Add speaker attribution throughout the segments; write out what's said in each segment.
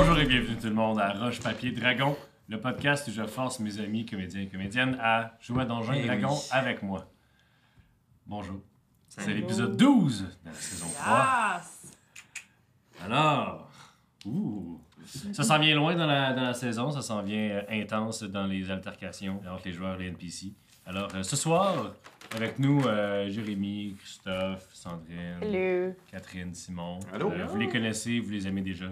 Speaker 1: tout le monde à Roche Papier Dragon, le podcast où je force mes amis comédiens et comédiennes à jouer à Donjons et
Speaker 2: Eh
Speaker 1: Dragons
Speaker 2: oui.
Speaker 1: avec moi. Bonjour. C'est
Speaker 2: Salut.
Speaker 1: l'épisode 12 de la saison 3.
Speaker 3: Yes!
Speaker 1: Alors, ouh, ça s'en vient loin dans la, dans la saison, ça s'en vient euh, intense dans les altercations entre les joueurs et les NPC. Alors, euh, ce soir, avec nous, euh, Jérémy, Christophe, Sandrine,
Speaker 3: Hello.
Speaker 1: Catherine, Simon.
Speaker 4: Allô?
Speaker 1: Euh, vous les connaissez, vous les aimez déjà.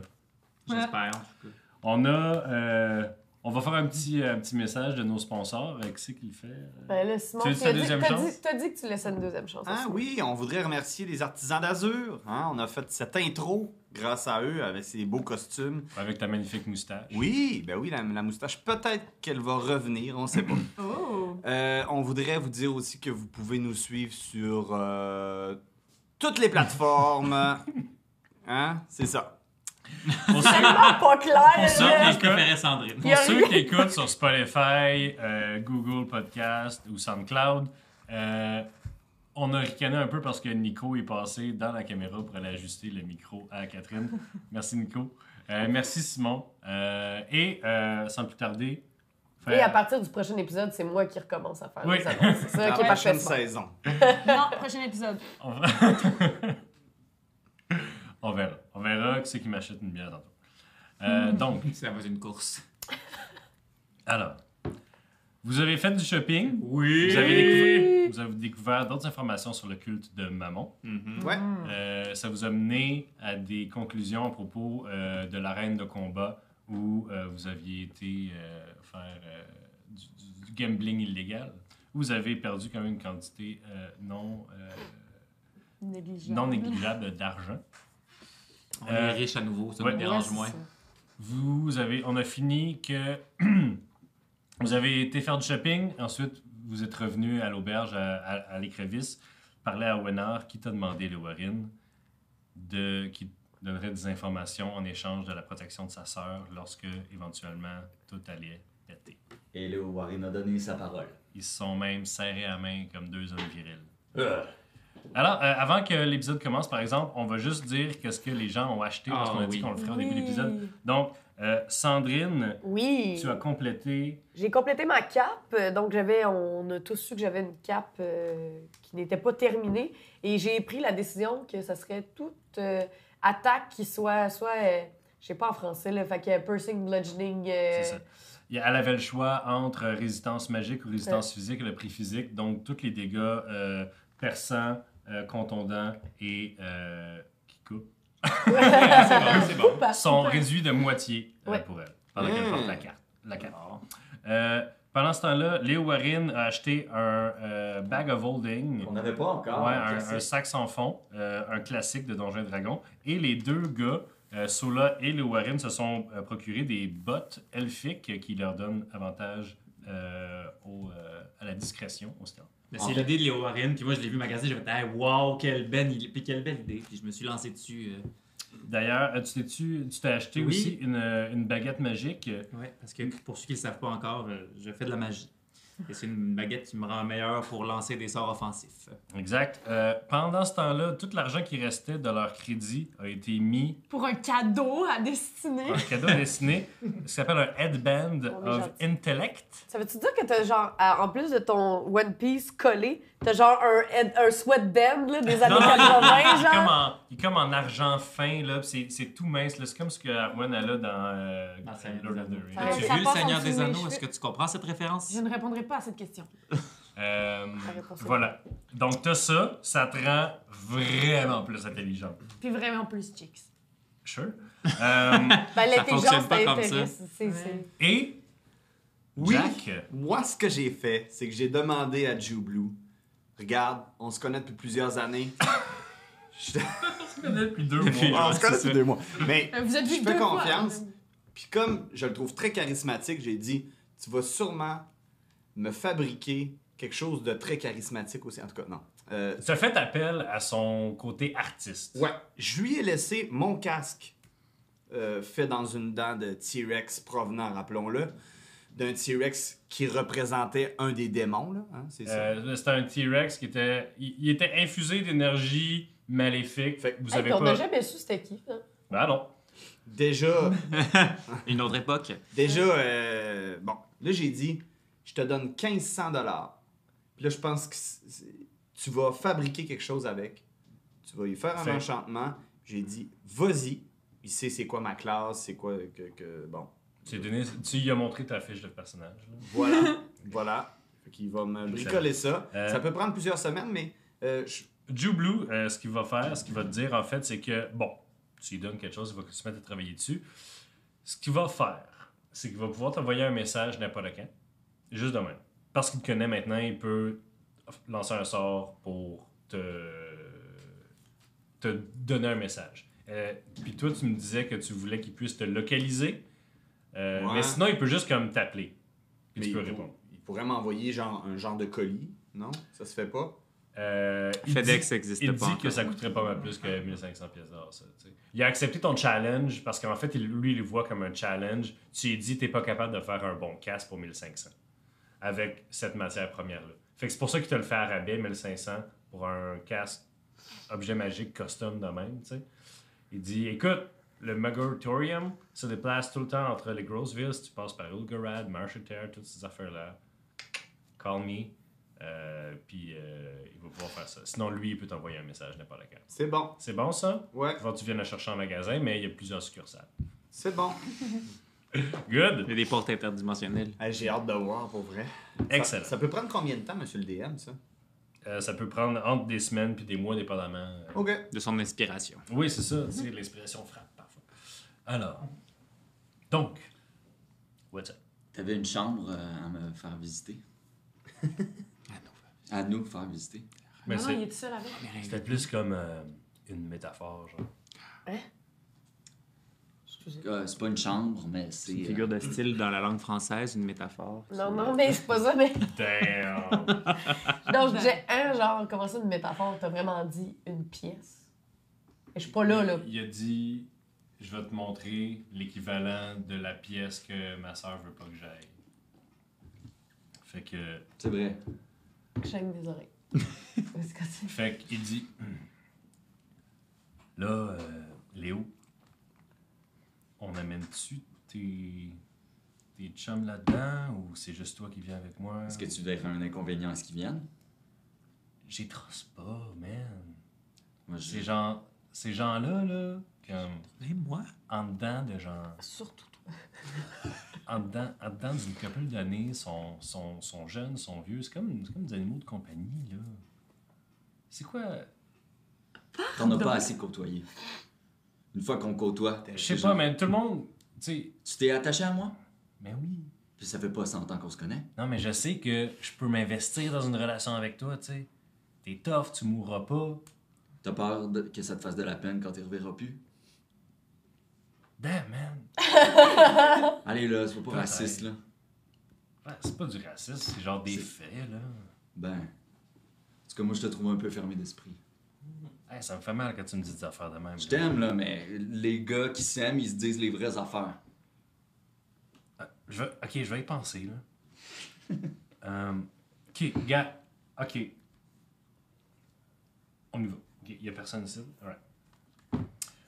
Speaker 2: J'espère. en tout cas.
Speaker 1: On a. euh, on va faire un petit, un petit message de nos sponsors. Euh, qui c'est qui le fait euh?
Speaker 3: Ben là, Simon,
Speaker 1: Tu
Speaker 3: tu
Speaker 1: veux
Speaker 3: as
Speaker 1: une
Speaker 3: dit,
Speaker 1: deuxième
Speaker 3: t'as
Speaker 1: chance?
Speaker 3: dit, t'as dit que tu laissais une deuxième chance.
Speaker 4: Ah oui, on voudrait remercier les artisans d'Azur. hein. On a fait cette intro grâce à eux avec ces beaux costumes.
Speaker 1: Avec ta magnifique moustache.
Speaker 4: Oui, ben oui, la, la moustache, peut-être qu'elle va revenir, on sait pas.
Speaker 3: Oh!
Speaker 4: Euh, on voudrait vous dire aussi que vous pouvez nous suivre sur euh, toutes les plateformes. hein, c'est ça.
Speaker 1: Pour ceux,
Speaker 3: Tellement pas clair!
Speaker 1: Ça,
Speaker 3: là.
Speaker 1: mais-
Speaker 2: je préférais Sandrine.
Speaker 1: pour ceux qui écoutent sur Spotify, euh, Google Podcast ou SoundCloud, euh, on a ricané un peu parce que Nico est passé dans la caméra pour aller ajuster le micro à Catherine. Merci Nico. Euh, merci Simon. Euh, et euh, sans plus tarder, faire-
Speaker 3: Et à partir du prochain épisode, c'est moi qui recommence à faire
Speaker 1: Oui.
Speaker 3: les annonces. C'est ça
Speaker 4: la
Speaker 3: qui est parfait.
Speaker 4: prochaine saison.
Speaker 5: Non, prochain épisode.
Speaker 1: On, va- on verra. On verra qui c'est qui m'achète une bière tantôt. Euh, donc,
Speaker 2: Ça va être une course.
Speaker 1: alors, vous avez fait du shopping.
Speaker 2: Oui.
Speaker 1: Vous avez découvert, vous avez découvert d'autres informations sur le culte de Mammon.
Speaker 4: Ouais.
Speaker 1: Euh, ça vous a mené à des conclusions à propos euh, de l'arène de combat où euh, vous aviez été euh, faire euh, du, du- du gambling illégal. Vous avez perdu quand même une quantité euh, non, euh,
Speaker 5: Négligeable.
Speaker 1: non négligeable d'argent.
Speaker 2: On
Speaker 1: Euh,
Speaker 2: est riche à nouveau, ça
Speaker 1: ouais.
Speaker 2: me dérange moins.
Speaker 1: Vous avez, on a fini que vous avez été faire du shopping, ensuite vous êtes revenu à l'auberge à, à- à l'écrevisse, parler à Wenard qui t'a demandé le Warren de qui te donnerait des informations en échange de la protection de sa sœur lorsque éventuellement tout allait péter.
Speaker 6: Et là, Warren a donné sa parole.
Speaker 1: Ils se sont même serrés à main comme deux hommes virils. Alors, euh, avant que l'épisode commence, par exemple, on va juste dire qu'est-ce que les gens ont acheté parce
Speaker 2: Ah,
Speaker 1: qu'on a
Speaker 2: oui.
Speaker 1: dit qu'on le ferait au début de l'épisode. Donc, euh, Sandrine,
Speaker 3: Oui.
Speaker 1: tu as complété.
Speaker 3: J'ai complété ma cape, euh, donc j'avais, on a tous su que j'avais une cape euh, qui n'était pas terminée, et j'ai pris la décision que ça serait toute euh, attaque qui soit, soit, euh, je sais pas en français, le fait que piercing, bludgeoning, euh,
Speaker 1: C'est ça. Il y a- Elle avait le choix entre résistance magique ou résistance physique, le prix physique. Donc, tous les dégâts euh, perçants, euh, contondants et euh, qui coupent euh,
Speaker 2: c'est bon,
Speaker 3: Pas-
Speaker 1: sont réduits de moitié euh,
Speaker 3: hein. Ouais.
Speaker 1: pour elle pendant qu'elle
Speaker 4: Mm.
Speaker 1: porte la carte. La carte. Euh, pendant ce temps-là, Léo Warren a acheté un euh, bag of holding.
Speaker 6: On n'avait pas
Speaker 3: Ah,
Speaker 6: encore.
Speaker 1: Ouais,
Speaker 6: un
Speaker 1: un,
Speaker 6: classique.
Speaker 1: un sac sans fond, euh, un classique de Donjons et Dragons. Et les deux gars, euh, Sola et le Warren, se sont euh, procurés des bottes elfiques qui leur donnent avantage euh, au, euh, à la discrétion, au stealth.
Speaker 2: Mais c'est l'idée de Léo Warren, puis moi je l'ai vu magasiner, j'ai fait hey, wow, quelle belle, il- puis quelle belle idée, puis je me suis lancé dessus. euh.
Speaker 1: D'ailleurs, euh, tu t'es tu t'es acheté
Speaker 2: Oui.
Speaker 1: aussi une, euh, une baguette magique. euh,
Speaker 2: Ouais, parce que pour ceux qui ne le savent pas encore, euh, je fais de la magie. Et c'est une baguette qui me rend meilleur pour lancer des sorts offensifs.
Speaker 1: Exact. Euh, pendant ce temps-là, tout l'argent qui restait de leur crédit a été mis
Speaker 5: Pour un cadeau à destinée.
Speaker 1: en cadeau dessiné. Ce qu'on appelle un headband
Speaker 3: Hein? On est
Speaker 1: of
Speaker 3: gentil.
Speaker 1: intellect.
Speaker 3: Ça veut-tu dire que t'as genre, à- en plus de ton One Piece collé, t'as genre un, head- un sweatband là, des années
Speaker 1: Non, non, il-
Speaker 3: 80,
Speaker 1: il est comme
Speaker 3: genre?
Speaker 1: en- il est comme en argent fin, là, pis c'est, c'est tout mince. là. C'est comme ce que Arwen elle a dans euh,
Speaker 2: Dans Seigneur
Speaker 1: Lord
Speaker 2: des
Speaker 1: of the
Speaker 2: Anneaux.
Speaker 1: Rings.
Speaker 5: Ah,
Speaker 2: As-tu
Speaker 5: ça
Speaker 2: vu le
Speaker 5: passe en
Speaker 2: Seigneur
Speaker 5: dessous
Speaker 2: des
Speaker 5: de mes
Speaker 2: Anneaux?
Speaker 5: cheveux.
Speaker 2: Est-ce que tu comprends cette référence?
Speaker 5: Je ne répondrai pas à cette question.
Speaker 1: Euh,
Speaker 3: La réponse est
Speaker 1: voilà. Donc, t'as ça, ça te rend vraiment plus intelligent.
Speaker 5: Puis vraiment plus chicks.
Speaker 1: Sure. Euh,
Speaker 2: fonctionne
Speaker 3: Ben, l'intelligence,
Speaker 2: pas comme
Speaker 3: l'intérêt,
Speaker 2: ça.
Speaker 3: c'est- c'est-
Speaker 1: et
Speaker 4: Oui.
Speaker 1: Jack,
Speaker 4: Moi, ce que j'ai fait, c'est que j'ai demandé à Jew Blue, regarde, on se connaît depuis plusieurs années. Je-
Speaker 1: tu connais depuis deux
Speaker 2: Depuis-
Speaker 1: mois.
Speaker 4: on se connaît depuis deux mois. Ah, Mais
Speaker 5: Euh, Vous êtes
Speaker 4: Je
Speaker 5: vus
Speaker 4: fais
Speaker 5: deux fois.
Speaker 4: confiance. Puis comme je le trouve très charismatique, j'ai dit, tu vas sûrement me fabriquer quelque chose de très charismatique aussi. En tout cas, non. Euh,
Speaker 1: Tu as fait appel à son côté artiste.
Speaker 4: ouais, je lui ai laissé mon casque euh, fait dans une dent de T-Rex provenant, rappelons-le, d'un T-Rex qui représentait un des démons, là. hein, c'est ça.
Speaker 1: Euh, c'était un T-Rex qui était, il, il était infusé d'énergie maléfique.
Speaker 4: Fait-
Speaker 1: vous
Speaker 3: Hey,
Speaker 1: avez
Speaker 3: puis on n'a
Speaker 1: pas.
Speaker 3: jamais su c'était qui. hein.
Speaker 1: Ben non.
Speaker 4: Déjà,
Speaker 2: Une autre époque.
Speaker 4: déjà, euh, bon, là j'ai dit, je te donne 1500 dollars. Puis là, je pense que c'est- c'est- tu vas fabriquer quelque chose avec. Tu vas y faire un
Speaker 1: Fait.
Speaker 4: enchantement. J'ai dit, vas-y. Il sait c'est quoi ma classe, c'est quoi que, que- bon,
Speaker 1: Tu, lui as donné- tu lui as montré ta fiche de personnage. là.
Speaker 4: voilà, voilà. Fait qu'il va me
Speaker 1: Excellent.
Speaker 4: bricoler ça.
Speaker 1: Euh,
Speaker 4: Ça peut prendre plusieurs semaines, mais euh, je-
Speaker 1: Jew Blue, euh, ce qu'il va faire, ce qu'il va te dire, en fait, c'est que, bon, tu lui donnes quelque chose, il va se mettre à travailler dessus. Ce qu'il va faire, c'est qu'il va pouvoir t'envoyer un message n'importe quand, juste demain. Parce qu'il te connaît maintenant, il peut lancer un sort pour te, te donner un message. Euh, Puis toi, tu me disais que tu voulais qu'il puisse te localiser, Euh,
Speaker 4: Ouais.
Speaker 1: mais sinon, il peut juste comme t'appeler. Puis
Speaker 4: mais
Speaker 1: tu peux
Speaker 4: il, pour-
Speaker 1: répondre.
Speaker 4: il pourrait m'envoyer genre un genre de colis, non? Ça se fait pas?
Speaker 1: Euh, il dit-
Speaker 2: FedEx n'existe
Speaker 1: Il
Speaker 2: pas.
Speaker 1: dit
Speaker 2: encore.
Speaker 1: que ça coûterait pas mal plus que 1500 pièces d'or, ça. tu sais. Il a accepté ton challenge parce qu'en fait, il- lui, il le voit comme un challenge. Tu lui dis, t'es pas capable de faire un bon casque pour 1500 avec cette matière première-là. Fait que c'est pour ça qu'il te le fait à rabais, 1500 pour un casque objet magique custom de même, tu sais. Il dit, écoute, le Magortorium se déplace tout le temps entre les grosses villes. Si tu passes par Ulgarad, Marcheterre, toutes ces affaires-là, call me. Euh, puis euh, il va pouvoir faire ça. Sinon, lui, il peut t'envoyer un message n'importe quand.
Speaker 4: C'est bon.
Speaker 1: C'est bon, ça?
Speaker 4: Ouais,
Speaker 1: Quand tu viens la chercher en magasin, mais il y a plusieurs succursales.
Speaker 4: c'est bon.
Speaker 1: Good!
Speaker 2: Il y a des portes interdimensionnelles.
Speaker 4: Hey, J'ai hâte de voir pour vrai. Ça-
Speaker 1: Excellent.
Speaker 4: Ça,
Speaker 1: Ça,
Speaker 4: peut prendre combien de temps, monsieur le DM, ça?
Speaker 1: euh, ça peut prendre entre des semaines puis des mois, dépendamment. euh.
Speaker 4: OK.
Speaker 2: De son inspiration.
Speaker 1: Oui, c'est ça. tu sais, L'inspiration frappe parfois. Alors, donc, what's up?
Speaker 5: Ah,
Speaker 6: T'avais une chambre euh, à me faire visiter. à nous faire visiter.
Speaker 1: Mais
Speaker 5: non, non, il
Speaker 1: c'est-
Speaker 5: est tout seul avec.
Speaker 1: c'était plus comme euh, une métaphore, genre.
Speaker 3: Excusez.
Speaker 6: Euh, c'est pas une chambre, mais
Speaker 2: C'est
Speaker 6: c'est.
Speaker 2: une
Speaker 6: euh,
Speaker 2: figure de style dans la langue française, une métaphore.
Speaker 3: Non, non, mais c'est pas ça, mais.
Speaker 1: Damn!
Speaker 3: Donc, je disais, hein, genre, comment ça, une métaphore? T'as vraiment dit une pièce? Et Je suis pas là, là.
Speaker 1: Il a dit, je vais te montrer l'équivalent de la pièce que ma soeur veut pas que j'aille. Fait que
Speaker 6: C'est vrai.
Speaker 3: Je saigne des oreilles. Parce que c'est-
Speaker 1: Fait qu'il dit Là, euh, Léo, on amène-tu tes, tes chums là-dedans ou c'est juste toi qui viens avec moi
Speaker 6: Est-ce que tu verrais un inconvénient à ce qu'ils viennent
Speaker 1: J'y trosse pas, man.
Speaker 6: Moi, je-
Speaker 1: Ces, gens, ces gens-là, là, comme
Speaker 2: Même moi.
Speaker 1: en dedans de genre.
Speaker 3: Surtout toi.
Speaker 1: En dedans, en dedans d'une couple d'années, sont, sont, sont jeunes, sont vieux. C'est comme, c'est comme des animaux de compagnie, là. C'est quoi
Speaker 6: T'en as pas assez côtoyé. Une fois qu'on côtoie, t'es-
Speaker 1: Je sais
Speaker 6: t'es
Speaker 1: pas,
Speaker 6: genre-
Speaker 1: mais tout le monde. Tu sais.
Speaker 6: Tu t'es attaché à moi
Speaker 1: Mais oui.
Speaker 6: Puis ça fait pas 100 ans qu'on se connaît.
Speaker 1: Non, mais je sais que je peux m'investir dans une relation avec toi, tu sais. T'es tough, tu mourras pas.
Speaker 6: T'as peur de- que ça te fasse de la peine quand t'y reverras plus
Speaker 1: Damn, Ben, man.
Speaker 6: Allez là, sois pas
Speaker 1: Peut-être.
Speaker 6: raciste là.
Speaker 1: Ouais, c'est pas du racisme, c'est genre des
Speaker 6: C'est-
Speaker 1: faits, là.
Speaker 6: Ben. En tout cas, moi je te trouve un peu fermé d'esprit.
Speaker 1: Hey, ça me fait mal quand tu me dis des affaires de même.
Speaker 6: Je
Speaker 1: là.
Speaker 6: t'aime là, mais les gars qui s'aiment, ils se disent les vraies affaires.
Speaker 1: Ah, je vais- Ok, je vais y penser, là. Hum, ok, gars. Ok. On y va. Il y a personne ici. Alright.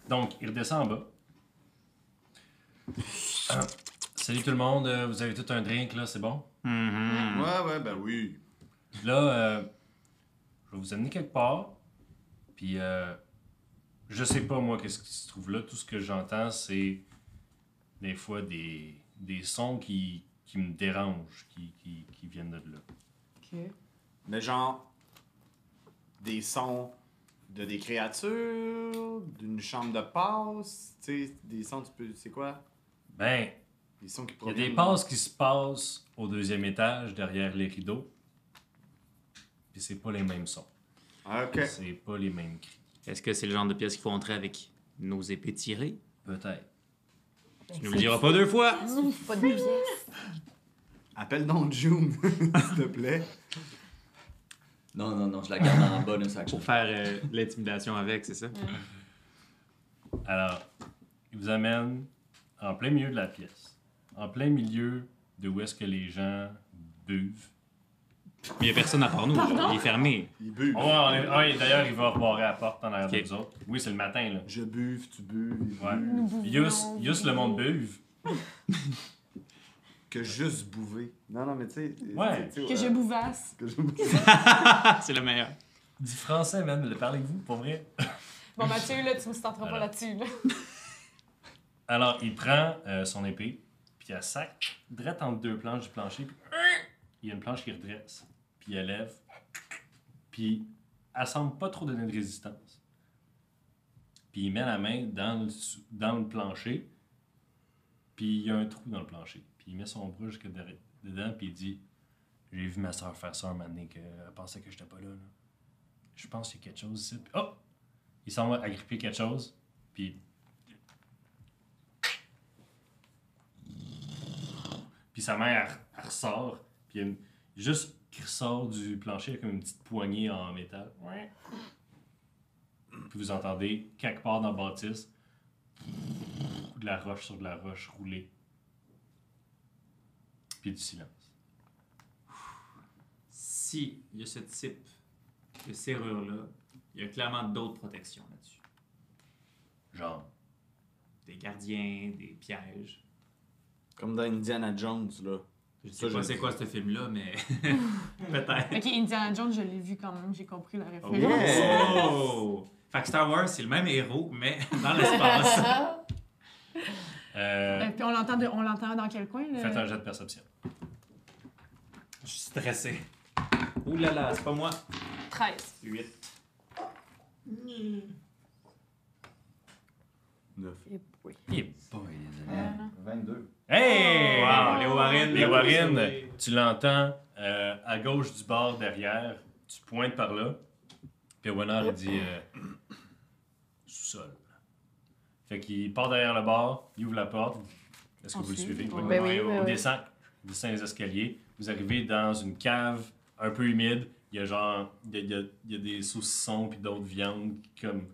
Speaker 1: Donc, il redescend en bas. Hum, salut tout le monde, euh, vous avez tout un drink, là, c'est bon?
Speaker 4: Ouais, ouais, ben oui.
Speaker 1: Là, euh, je vais vous amener quelque part. Puis, euh, je sais pas, moi, qu'est-ce qui se trouve là. Tout ce que j'entends, c'est des fois des, des sons qui, qui me dérangent, qui, qui, qui viennent de là.
Speaker 4: Mais genre, des sons de des créatures, d'une chambre de passe, tu sais, des sons, tu peux, c'est quoi?
Speaker 1: Ben,
Speaker 4: Des sons qui
Speaker 1: il y a
Speaker 4: proviennent...
Speaker 1: des passes qui se passent au deuxième étage, derrière les rideaux. Puis, c'est pas les mêmes sons.
Speaker 4: Ah, OK.
Speaker 1: C'est pas les mêmes cris.
Speaker 2: Est-ce que c'est le genre de pièce qu'il faut entrer avec nos épées tirées
Speaker 1: Peut-être.
Speaker 2: Tu ne me le diras pas deux fois
Speaker 3: C'est pas de pièce.
Speaker 4: Appelle donc June, s'il te plaît.
Speaker 6: Non, non, non, je la garde en bonus action.
Speaker 2: Pour faire euh, l'intimidation avec, c'est ça
Speaker 1: Alors, il vous amène en plein milieu de la pièce, en plein milieu de où est-ce que les gens buvent,
Speaker 2: Mais il n'y a personne à part nous.
Speaker 5: Pardon?
Speaker 2: Il est fermé.
Speaker 4: Il buve.
Speaker 1: Oh, ouais, on est- ah, et d'ailleurs, il va rebarrer la porte en arrière
Speaker 2: Ok.
Speaker 1: de nous autres. Oui, c'est le matin, là.
Speaker 4: Je buve, tu buves, il
Speaker 1: Ouais.
Speaker 4: buve.
Speaker 5: Nous buvons.
Speaker 1: Yus, Yus, le monde buve.
Speaker 4: Que juste bouver. Non, non, mais tu sais.
Speaker 1: Ouais.
Speaker 4: tu sais,
Speaker 5: Que
Speaker 4: euh,
Speaker 5: je bouvasse.
Speaker 4: Que je bouve.
Speaker 2: Ah, c'est le meilleur.
Speaker 1: Dis français, man. Le parlez-vous, pour vrai.
Speaker 5: Bon, Mathieu, là, tu me tenteras pas
Speaker 1: Voilà.
Speaker 5: là-dessus. Là.
Speaker 1: Alors, il prend euh, son épée, puis elle sac, drette entre deux planches du plancher, puis il y a une planche qui redresse, puis elle lève, puis elle semble pas trop donner de résistance. Puis il met la main dans le, sou- dans le plancher, puis il y a un trou dans le plancher. Puis il met son bras jusque derrière- dedans, puis il dit J'ai vu ma soeur faire ça un moment donné, que- elle pensait que j'étais pas là. là. Je pense qu'il y a quelque chose ici. Puis, oh Il semble agripper quelque chose, puis Puis sa mère, elle, elle ressort. Puis elle- juste qui ressort du plancher comme une petite poignée en métal. Puis vous entendez, quelque part dans Baptiste, de la roche sur de la roche rouler. Puis du silence.
Speaker 2: Si il y a ce type de serrure-là, il y a clairement d'autres protections là-dessus.
Speaker 1: Genre,
Speaker 2: Des gardiens, des pièges.
Speaker 4: Comme dans Indiana Jones, là.
Speaker 2: Je sais
Speaker 4: Ça, je
Speaker 2: pas
Speaker 4: le
Speaker 2: c'est
Speaker 4: dis.
Speaker 2: quoi ce film-là, mais peut-être.
Speaker 5: Ok, Indiana Jones, je l'ai vu quand même, j'ai compris la référence.
Speaker 4: yeah!
Speaker 2: Oh! Fait que Star Wars, c'est le même héros, mais dans l'espace.
Speaker 1: euh,
Speaker 5: Euh, puis on l'entend, de- on l'entend dans quel coin? Là?
Speaker 1: faites un jet de perception.
Speaker 2: Je suis stressé. Ouh là là, c'est pas moi.
Speaker 5: 13.
Speaker 2: 8.
Speaker 4: Neuf.
Speaker 3: Et oui.
Speaker 1: Hey!
Speaker 6: Boy, les amis. 22.
Speaker 2: Wow, les Warren.
Speaker 1: Les Warren, tu l'entends euh, à gauche du bord derrière, tu pointes par là, puis Warner il dit euh, sous-sol. Fait qu'il part derrière le bord, il ouvre la porte. Est-ce que
Speaker 5: On
Speaker 1: vous le
Speaker 5: suit?
Speaker 1: suivez?
Speaker 5: Ouais.
Speaker 1: Oui.
Speaker 3: Ben oui, ben
Speaker 1: On
Speaker 3: oui.
Speaker 1: descend, on descend les escaliers, vous arrivez dans une cave un peu humide, il y a genre, il y a, il y a- il y a des saucissons puis d'autres viandes qui, comme,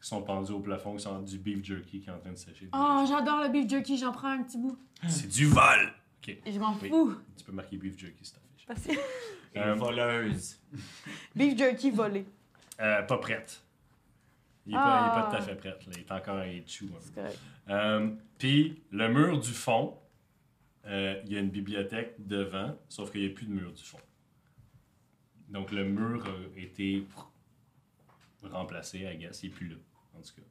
Speaker 1: qui sont pendues au plafond, qui sont du beef jerky qui est en train de sécher.
Speaker 5: Oh, j'adore le beef jerky, j'en prends un petit bout.
Speaker 1: C'est du vol! Ok,
Speaker 5: Et je m'en
Speaker 1: Oui.
Speaker 5: fous.
Speaker 1: tu peux marquer beef jerky si t'affiches.
Speaker 3: Parce que-
Speaker 1: Euh,
Speaker 2: voleuse.
Speaker 3: Beef jerky volé.
Speaker 1: Euh, pas prête. Il est, pas, il est pas tout à fait prête. là. Il est encore il est chou. un peu.
Speaker 3: C'est correct.
Speaker 1: Euh, Puis, le mur du fond, euh, il y a une bibliothèque devant, sauf qu'il n'y a plus de mur du fond. Donc, le mur a été remplacé, I guess. Il n'est plus là, en tout cas.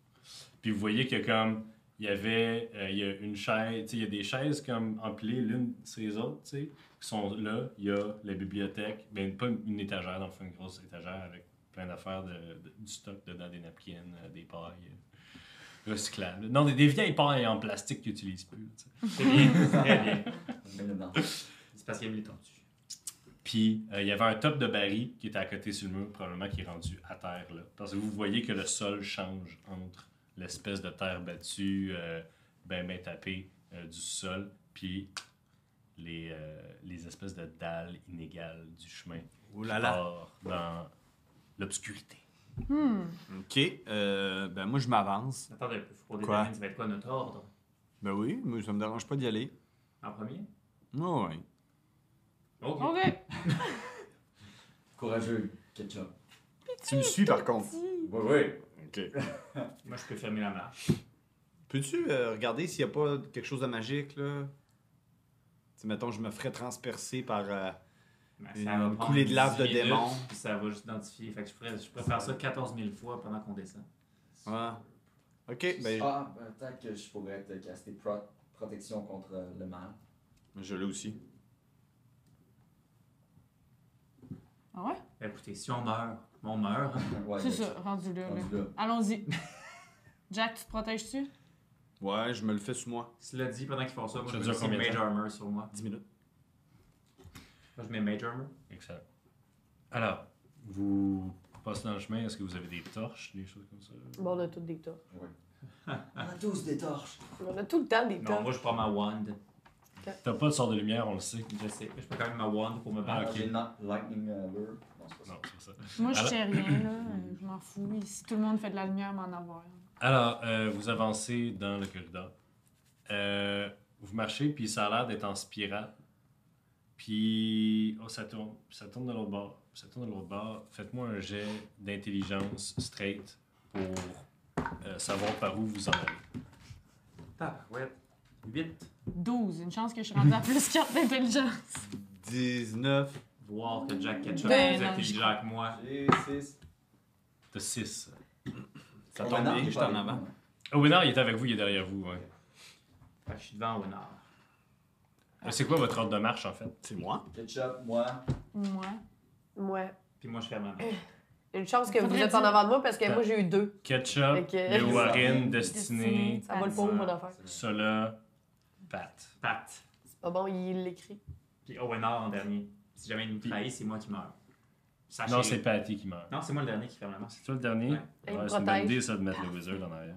Speaker 1: Puis, vous voyez que comme... Il y avait euh, il y a une chaise, tu sais, il y a des chaises comme empilées l'une sur les autres, tu sais, qui sont là. Il y a la bibliothèque, ben pas une, une étagère, dans le fond, une grosse étagère avec plein d'affaires de- de- du stock dedans, des napkins, euh, des pailles euh, recyclables. Non, des, des vieilles pailles en plastique qu'ils n'utilisent plus. tu sais.
Speaker 2: C'est bien, très bien.
Speaker 6: Non.
Speaker 2: C'est parce qu'il aime les tortues.
Speaker 1: Puis euh, il y avait un top de baril qui était à côté sur le mur, probablement qui est rendu à terre là. Parce que vous voyez que le sol change entre l'espèce de terre battue, euh, ben ben tapée euh, du sol, puis les, euh, les espèces de dalles inégales du chemin.
Speaker 4: Ouh
Speaker 1: qui
Speaker 4: Oh là là.
Speaker 1: part dans l'obscurité.
Speaker 5: Hmm.
Speaker 4: Ok, euh, ben moi je m'avance.
Speaker 2: Attendez un peu, faut qu'on
Speaker 4: Quoi?
Speaker 2: détermine ça va être quoi notre ordre
Speaker 4: Ben oui, moi ça me dérange pas d'y aller.
Speaker 2: en premier.
Speaker 4: Non, ouais.
Speaker 2: Ok.
Speaker 5: Ok.
Speaker 6: Courageux, ketchup.
Speaker 4: Tu me suis par contre.
Speaker 6: Oui, oui.
Speaker 4: Ok.
Speaker 2: Moi, je peux fermer la marche.
Speaker 4: Peux-tu euh, regarder s'il n'y a pas quelque chose de magique là? Tu mettons, je me ferais transpercer par. euh,
Speaker 2: Ben,
Speaker 4: Une
Speaker 2: ça va prendre
Speaker 4: coulée de lave de
Speaker 2: 10 minutes,
Speaker 4: démons.
Speaker 2: Puis ça va juste identifier. Fait que je, ferais- je préfère ça 14 000 fois pendant qu'on descend.
Speaker 4: Ouais. Ok, ben
Speaker 6: Ah, ben, peut-être que je pourrais te caster pro- protection contre euh, le mal.
Speaker 4: je l'ai aussi.
Speaker 5: Ah ouais?
Speaker 2: Ben, Écoutez, si on meurt, on meurt.
Speaker 6: Ouais,
Speaker 5: C'est
Speaker 6: ben,
Speaker 5: ça, rendu là. là.
Speaker 6: rendu là.
Speaker 5: Allons-y. Jack, tu te protèges-tu?
Speaker 4: Ouais, je me le fais sous moi.
Speaker 2: Cela dit, pendant qu'ils font ça, moi,
Speaker 1: Ça
Speaker 2: je
Speaker 1: dure
Speaker 2: mets
Speaker 1: combien de
Speaker 2: Mage
Speaker 1: temps?
Speaker 2: Armor sur moi.
Speaker 4: 10 minutes.
Speaker 2: Moi, je mets Mage Armor.
Speaker 1: Excellent. Alors, vous passez dans le chemin, est-ce que vous avez des torches, des choses comme ça?
Speaker 3: Bon, on a toutes des torches.
Speaker 6: On a tous des torches.
Speaker 3: On a tout le temps des
Speaker 2: Non,
Speaker 3: torches.
Speaker 2: moi, je prends ma wand.
Speaker 1: T'as pas de sort de lumière, on le sait.
Speaker 2: Je sais. Je prends quand même ma wand pour me
Speaker 1: Ah,
Speaker 2: battre.
Speaker 1: ok.
Speaker 6: J'ai not lightning euh, lure. Non, c'est pas ça.
Speaker 1: Non, c'est ça.
Speaker 5: Moi, je
Speaker 1: Alors-
Speaker 5: sais rien, là. Euh, Je m'en fous. Si tout le monde fait de la lumière, m'en avoir.
Speaker 1: Alors, euh, vous avancez dans le corridor. Euh, vous marchez, puis ça a l'air d'être en spirale. Puis oh, ça tourne, ça tourne de l'autre bord, ça tourne de l'autre bord. Faites-moi un jet d'intelligence straight pour euh, savoir par où vous en allez.
Speaker 2: ouais. 8.
Speaker 5: 12, une chance que je suis rendue à plus 4 d'intelligence.
Speaker 4: 19.
Speaker 2: Voir que Jack Ketchup
Speaker 5: Ben
Speaker 2: est plus
Speaker 5: non,
Speaker 2: intelligent que moi.
Speaker 4: J'ai 6.
Speaker 1: T'as 6.
Speaker 4: Ça
Speaker 6: Oh,
Speaker 4: tombe
Speaker 6: non,
Speaker 4: bien,
Speaker 6: il est
Speaker 4: je suis
Speaker 6: pas
Speaker 4: en
Speaker 6: avec
Speaker 4: avant.
Speaker 6: moi.
Speaker 1: Winner, Oh, il est avec vous, il est derrière vous. ouais.
Speaker 2: Fait que je suis devant Winard.
Speaker 1: Euh, C'est quoi votre ordre de marche en fait?
Speaker 4: C'est moi.
Speaker 6: Ketchup, moi.
Speaker 5: Moi.
Speaker 3: Ouais.
Speaker 2: Puis moi, je fais ma main.
Speaker 3: Une chance que vous
Speaker 5: Faudrait
Speaker 3: êtes en
Speaker 5: dire-
Speaker 3: avant de moi parce que moi, j'ai eu deux.
Speaker 1: Ketchup,
Speaker 3: Fait que-
Speaker 1: Le Warren, Destiné,
Speaker 5: Destiné.
Speaker 3: Ça va le pour
Speaker 1: Ouais.
Speaker 3: mon affaire.
Speaker 1: Sola, Pat.
Speaker 2: Pat.
Speaker 3: C'est pas bon, il l'écrit.
Speaker 2: Puis Owenard en dernier. Si jamais il nous trahit, c'est moi qui meurs. Sachez-
Speaker 1: Non, c'est Patty qui meurt.
Speaker 2: Non, c'est moi le dernier qui ferme la main.
Speaker 1: C'est toi le dernier?
Speaker 2: Ouais.
Speaker 3: Il me
Speaker 1: c'est une bonne
Speaker 3: protège.
Speaker 1: idée ça de mettre le wizard en arrière.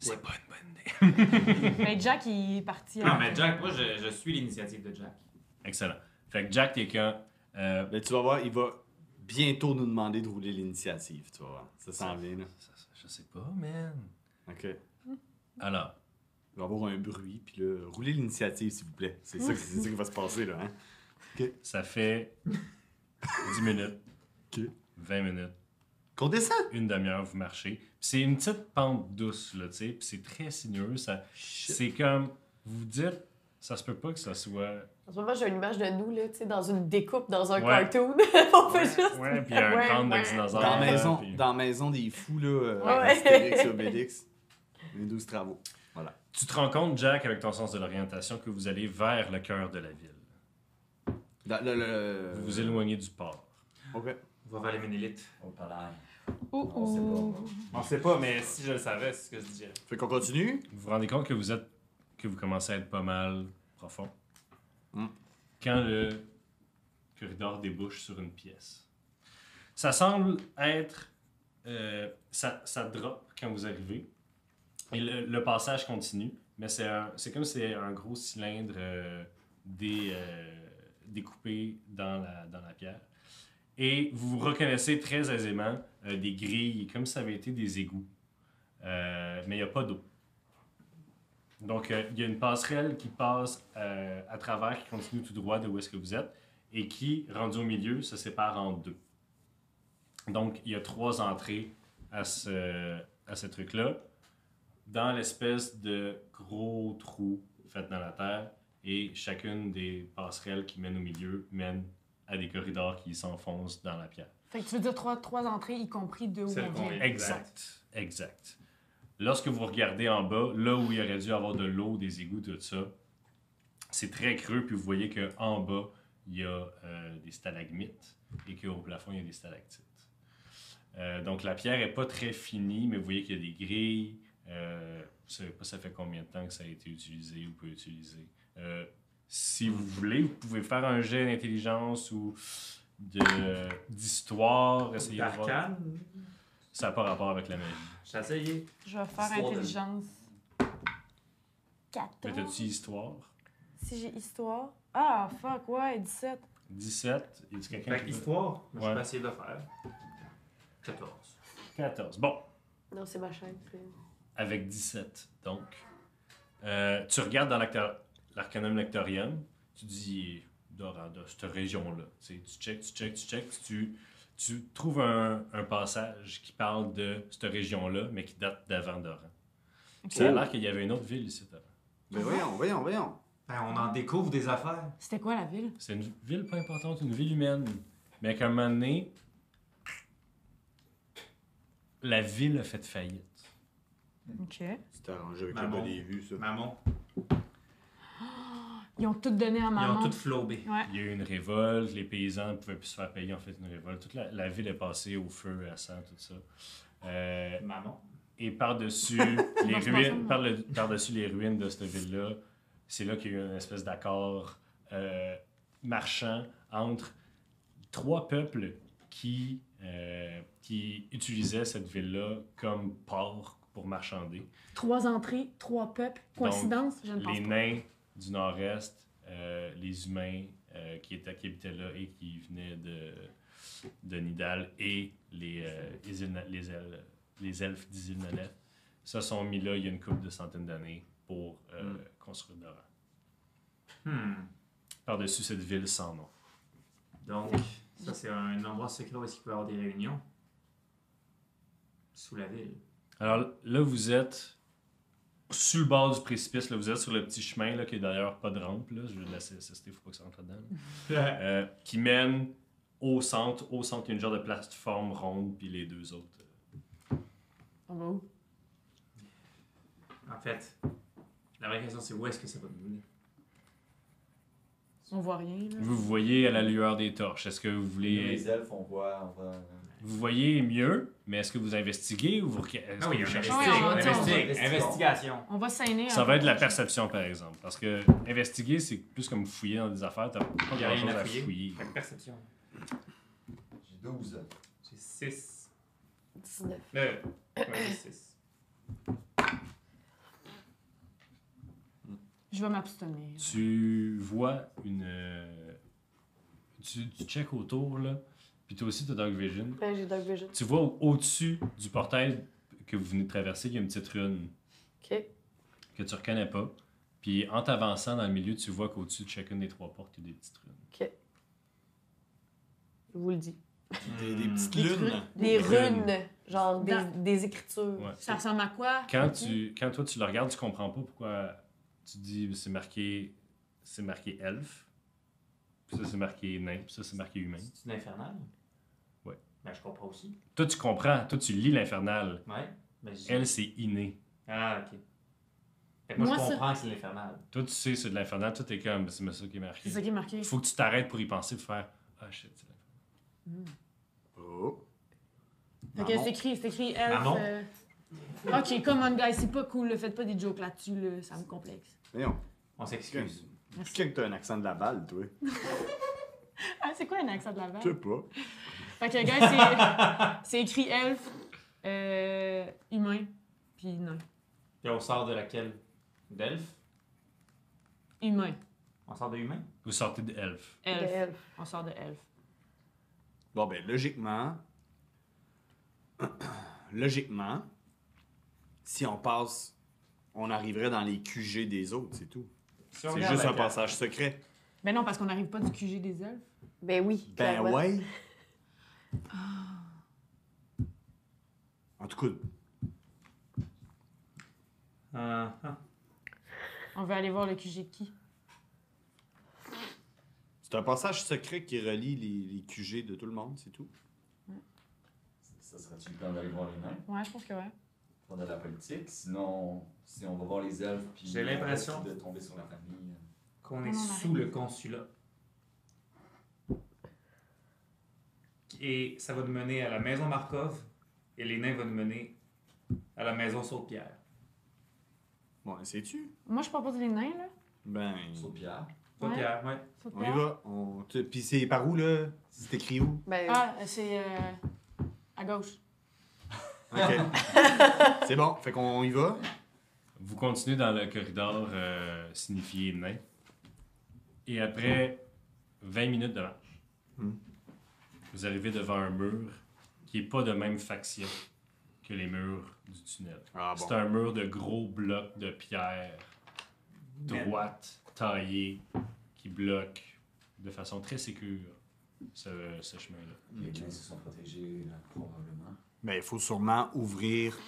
Speaker 1: C'est pas une bonne idée.
Speaker 5: Mais Jack, il est parti. hein.
Speaker 2: Non, mais Jack, moi, je, je suis l'initiative de Jack.
Speaker 1: Excellent. Fait que Jack, t'es quand. euh,
Speaker 4: Mais Ben, tu vas voir, il va bientôt nous demander de rouler l'initiative, tu vas voir. Ça s'en vient, là.
Speaker 1: ça- ça- je sais pas, man.
Speaker 4: OK. Il
Speaker 1: Alors,
Speaker 4: va y avoir un bruit, puis là, roulez l'initiative, s'il vous plaît. C'est ça, que- c'est ça qui va se passer, là, hein?
Speaker 1: ça fait 10 minutes,
Speaker 4: OK.
Speaker 1: 20 minutes,
Speaker 4: Qu'on descende!
Speaker 1: une demi-heure, vous marchez. Puis c'est une petite pente douce, là, tu sais. Puis c'est très sinueux. Ça, c'est comme. Vous vous dites, ça se peut pas que ça soit.
Speaker 3: En ce moment, j'ai une image de nous, là, tu sais, dans une découpe, dans un
Speaker 1: Ouais.
Speaker 3: cartoon.
Speaker 5: Oh,
Speaker 3: On fait juste.
Speaker 1: Ouais, puis il y a un
Speaker 3: Ouais,
Speaker 1: crâne
Speaker 3: ouais.
Speaker 1: de dinosaure. là,
Speaker 4: Dans, maison,
Speaker 1: puis-
Speaker 4: dans maison des fous, là, euh,
Speaker 3: Ouais.
Speaker 4: Astérix et Obélix. Les 12 travaux.
Speaker 1: Tu te rends compte, Jack, avec ton sens de l'orientation, que vous allez vers le cœur de la ville.
Speaker 4: Dans le- le-
Speaker 1: Vous vous éloignez du port.
Speaker 4: OK.
Speaker 2: On va valer Ménélite.
Speaker 6: Oh, pas l'air.
Speaker 5: Ouh,
Speaker 6: On sait
Speaker 5: ouh.
Speaker 6: pas.
Speaker 2: On sait pas, mais si je le savais, c'est ce que je disais.
Speaker 4: Fait qu'on continue.
Speaker 1: Vous vous rendez compte que vous êtes que vous commencez à être pas mal profond.
Speaker 4: Hmm.
Speaker 1: Quand le corridor débouche sur une pièce. Ça semble être euh, ça, ça drop quand vous arrivez. Et le, le passage continue, mais c'est un- c'est comme si c'est un gros cylindre euh, dé- euh, découpé dans la, dans la pierre. Et vous reconnaissez très aisément euh, des grilles, comme si ça avait été des égouts. Euh, mais il n'y a pas d'eau. Donc, euh, il y a une passerelle qui passe euh, à travers, qui continue tout droit de où est-ce que vous êtes, et qui, rendue au milieu, se sépare en deux. Donc, il y a trois entrées à ce, à ce truc-là, dans l'espèce de gros trou fait dans la terre, et chacune des passerelles qui mènent au milieu mène à des corridors qui s'enfoncent dans la pierre.
Speaker 5: Fait que tu veux dire trois, trois entrées, y compris deux où
Speaker 2: Celle
Speaker 5: on
Speaker 2: qu'on
Speaker 5: vient.
Speaker 2: est.
Speaker 1: Exact. Exact. Lorsque vous regardez en bas, là où il aurait dû avoir de l'eau, des égouts, tout ça, c'est très creux, puis vous voyez qu'en bas, il y a euh, des stalagmites et qu'au plafond, il y a des stalactites. Euh, donc la pierre n'est pas très finie, mais vous voyez qu'il y a des grilles. euh, vous savez pas ça fait combien de temps que ça a été utilisé ou pas utilisé. Euh, si vous voulez, vous pouvez faire un jet d'intelligence ou de- d'histoire, essayer de voir.
Speaker 2: Arcane,
Speaker 1: Ça n'a pas rapport avec la magie.
Speaker 2: j'ai essayé.
Speaker 5: Je vais faire
Speaker 6: Histoire de-
Speaker 5: intelligence.
Speaker 1: Mais
Speaker 5: 14.
Speaker 1: t'as-tu histoire?
Speaker 5: Si j'ai histoire. Ah, fuck, ouais, 17.
Speaker 1: 17. Y a-tu quelqu'un
Speaker 2: Fait que
Speaker 1: qui veut?
Speaker 2: histoire, moi, je
Speaker 1: Ouais.
Speaker 2: vais essayer de le faire. 14.
Speaker 1: 14. Bon,
Speaker 3: Non, c'est ma chaîne. c'est-
Speaker 1: avec 17, donc. Euh, tu regardes dans l'acta- l'Arcanum Lectorium, tu dis Dorada, cette région-là. Tu sais, tu check, tu check, tu check, puis tu, tu trouves un, un passage qui parle de cette région-là, mais qui date d'avant Doran. Puis Ça a l'air qu'il y avait une autre ville ici. avant.
Speaker 4: Ben voyons, voyons, voyons.
Speaker 2: Ben, on en découvre des affaires.
Speaker 5: C'était quoi la ville?
Speaker 1: C'est une ville pas importante, une ville humaine. Mais qu'à un moment donné, la ville a fait faillite.
Speaker 5: OK.
Speaker 4: C'était arrangé avec
Speaker 2: Maman.
Speaker 4: le bas des vues, ça.
Speaker 2: Maman,
Speaker 5: Ils ont tout donné à
Speaker 2: ils ont
Speaker 5: maman.
Speaker 2: toutes flobé.
Speaker 5: Ouais.
Speaker 1: Il y a eu une révolte, les paysans ne pouvaient plus se faire payer, en fait, une révolte. Toute la, la ville est passée au feu, à sang, tout ça. Euh,
Speaker 2: Maman.
Speaker 1: et par-dessus les,
Speaker 5: Non, c'est pas ça,
Speaker 1: ruines,
Speaker 5: non.
Speaker 1: par le- par-dessus les ruines de cette ville-là, c'est là qu'il y a eu une espèce d'accord euh, marchand entre trois peuples qui, euh, qui utilisaient cette ville-là comme port pour marchander.
Speaker 5: Trois entrées, trois peuples.
Speaker 1: Donc,
Speaker 5: Coïncidence? je ne pense
Speaker 1: les
Speaker 5: pas.
Speaker 1: nains du nord-est, euh, les humains euh, qui, étaient, qui habitaient là et qui venaient de, de Nidal et les, euh, les, îles Na- les el- les elfes des îles Nanette se sont mis là il y
Speaker 5: Mm.
Speaker 1: a une couple de centaines d'années pour euh,
Speaker 4: Mm.
Speaker 1: construire Doran.
Speaker 2: Hmm.
Speaker 1: par-dessus cette ville sans nom.
Speaker 2: Donc, ça, c'est un endroit secret où est-ce qu'il peut y avoir des réunions. Sous la ville.
Speaker 1: Alors là, vous êtes sur le bord du précipice. Là, vous êtes sur le petit chemin là, qui est d'ailleurs pas de rampe. Là. Je vais laisser il faut pas que ça rentre dedans Euh, qui mène au centre. Au centre, il y a une genre de plateforme ronde, puis les deux autres. euh,
Speaker 5: On va où?
Speaker 2: en fait, la vraie question, c'est où est-ce que ça va nous mener?
Speaker 5: On voit rien, là.
Speaker 1: Vous voyez à la lueur des torches. Est-ce que vous
Speaker 6: Nous,
Speaker 1: voulez.
Speaker 6: Les elfes, on voit. euh, On va...
Speaker 1: Vous voyez mieux, mais est-ce que vous investiguez ou vous. reca- est-ce
Speaker 2: Ah
Speaker 1: que vous
Speaker 2: oui, on
Speaker 1: cherchez?
Speaker 5: investigue. Ouais, on-
Speaker 2: investigue.
Speaker 6: on-
Speaker 2: Investigation.
Speaker 5: On va saigner.
Speaker 1: Ça
Speaker 5: un
Speaker 1: va
Speaker 5: peu.
Speaker 1: être de la perception, par exemple. Parce que investiguer, c'est plus comme fouiller dans des affaires. T'as pas
Speaker 2: Il y a rien
Speaker 1: grand-chose
Speaker 2: à
Speaker 1: à
Speaker 2: fouiller.
Speaker 1: fouiller.
Speaker 2: Fait que perception.
Speaker 6: J'ai 12.
Speaker 2: J'ai 6.
Speaker 3: 19.
Speaker 2: Euh, ouais, j'ai 6.
Speaker 5: Je vais m'abstenir.
Speaker 1: Tu vois une. euh, Tu, tu check autour, là. Puis toi aussi, t'as Dark Vision.
Speaker 3: Ben, j'ai Dark Vision.
Speaker 1: Tu vois au- au-dessus du portail que vous venez de traverser, il y a une petite rune
Speaker 3: OK.
Speaker 1: que tu reconnais pas. Puis en t'avançant dans le milieu, tu vois qu'au-dessus de chacune des trois portes, il y a des petites runes.
Speaker 3: Je vous le dis.
Speaker 4: Des,
Speaker 2: Hmm.
Speaker 4: des petites lunes.
Speaker 3: Des
Speaker 1: Runes.
Speaker 3: runes. Genre des,
Speaker 5: Dans-
Speaker 3: des écritures.
Speaker 1: Ouais.
Speaker 5: Ça ressemble à quoi?
Speaker 1: Quand, tu, quand toi, tu le regardes, tu comprends pas pourquoi tu dis c'est marqué c'est marqué elfe. Puis ça, c'est marqué nain. Puis ça, c'est marqué humain.
Speaker 2: C'est une infernale?
Speaker 1: Ouais.
Speaker 2: Ben, je comprends aussi.
Speaker 1: Toi, tu comprends. Toi, tu lis l'infernal.
Speaker 2: Ouais. Ben, je-
Speaker 1: Elle, c'est inné.
Speaker 2: Ah, ok. Fait que moi,
Speaker 5: Moi,
Speaker 2: je
Speaker 5: ça-
Speaker 2: comprends que c'est l'infernal.
Speaker 1: Toi, tu sais, c'est de l'infernal. Toi, t'es comme, ben, c'est ça qui est marqué.
Speaker 5: C'est ça qui est marqué.
Speaker 1: Faut que tu t'arrêtes pour y penser, pour faire Ah shit, c'est l'infernal.
Speaker 4: Oh.
Speaker 5: Fait que c'est écrit, c'est écrit elf.
Speaker 2: Maman.
Speaker 5: euh, Ok, come on, guys, c'est pas cool, là. faites pas des jokes là-dessus, là. ça me complexe.
Speaker 4: Voyons,
Speaker 2: On s'excuse.
Speaker 5: Merci.
Speaker 4: quelqu'un que t'as un accent de Laval, toi.
Speaker 5: Ah, c'est quoi un accent de Laval?
Speaker 4: Je sais pas.
Speaker 5: Fait que, guys, c'est- c'est écrit elf, euh, humain, puis nain.
Speaker 2: Puis on sort de laquelle? D'elfe?
Speaker 5: Humain,
Speaker 2: On sort de humain?
Speaker 1: Vous sortez de elfe.
Speaker 5: elf.
Speaker 3: Des-
Speaker 5: On sort de elf.
Speaker 4: Bon, ben, logiquement. logiquement, si on passe, on arriverait dans les QG des autres, c'est tout.
Speaker 2: Si on
Speaker 4: C'est
Speaker 2: regarde
Speaker 4: juste un
Speaker 2: laquelle-
Speaker 4: passage secret.
Speaker 5: Ben non, parce qu'on n'arrive pas du QG des elfes.
Speaker 3: Ben oui.
Speaker 4: Ben
Speaker 3: clairement.
Speaker 4: ouais. Ah. En tout cas,
Speaker 2: Ah, ah.
Speaker 5: On veut aller voir le QG de qui?
Speaker 4: c'est un passage secret qui relie les, les QG de tout le monde, c'est tout.
Speaker 6: Ça serait-tu le temps d'aller voir les nains
Speaker 5: Ouais, je pense que ouais.
Speaker 6: pour de la politique? Sinon, si on va voir les elfes, puis.
Speaker 2: J'ai l'impression-
Speaker 6: on risque de tomber sur la famille.
Speaker 2: Qu'on
Speaker 5: Non,
Speaker 2: est
Speaker 5: non,
Speaker 2: sous le consulat. Et ça va nous mener à la maison Markov et les nains vont nous mener à la maison Saute-Pierre.
Speaker 4: Bon, sais-tu?
Speaker 5: Moi, je propose les nains, là.
Speaker 4: Ben,
Speaker 6: Sauf Pierre.
Speaker 2: Saute-Pierre, ouais.
Speaker 5: Faut
Speaker 4: on y
Speaker 5: pas.
Speaker 4: va. On... te- Puis c'est par où, là? C'est écrit où?
Speaker 3: Ben,
Speaker 5: Ah, c'est euh, à gauche.
Speaker 4: OK. c'est bon, fait qu'on y va.
Speaker 1: Vous continuez dans le corridor euh, signifié nain. Et après 20 minutes de marche,
Speaker 4: Hmm.
Speaker 1: vous arrivez devant un mur qui est pas de même faction que les murs du tunnel.
Speaker 4: Ah
Speaker 1: C'est un mur de gros blocs de pierre droite, taillée, qui bloque de façon très sécure ce, ce chemin-là.
Speaker 6: Les nains se sont protégés, là, probablement.
Speaker 4: Ben, il faut sûrement ouvrir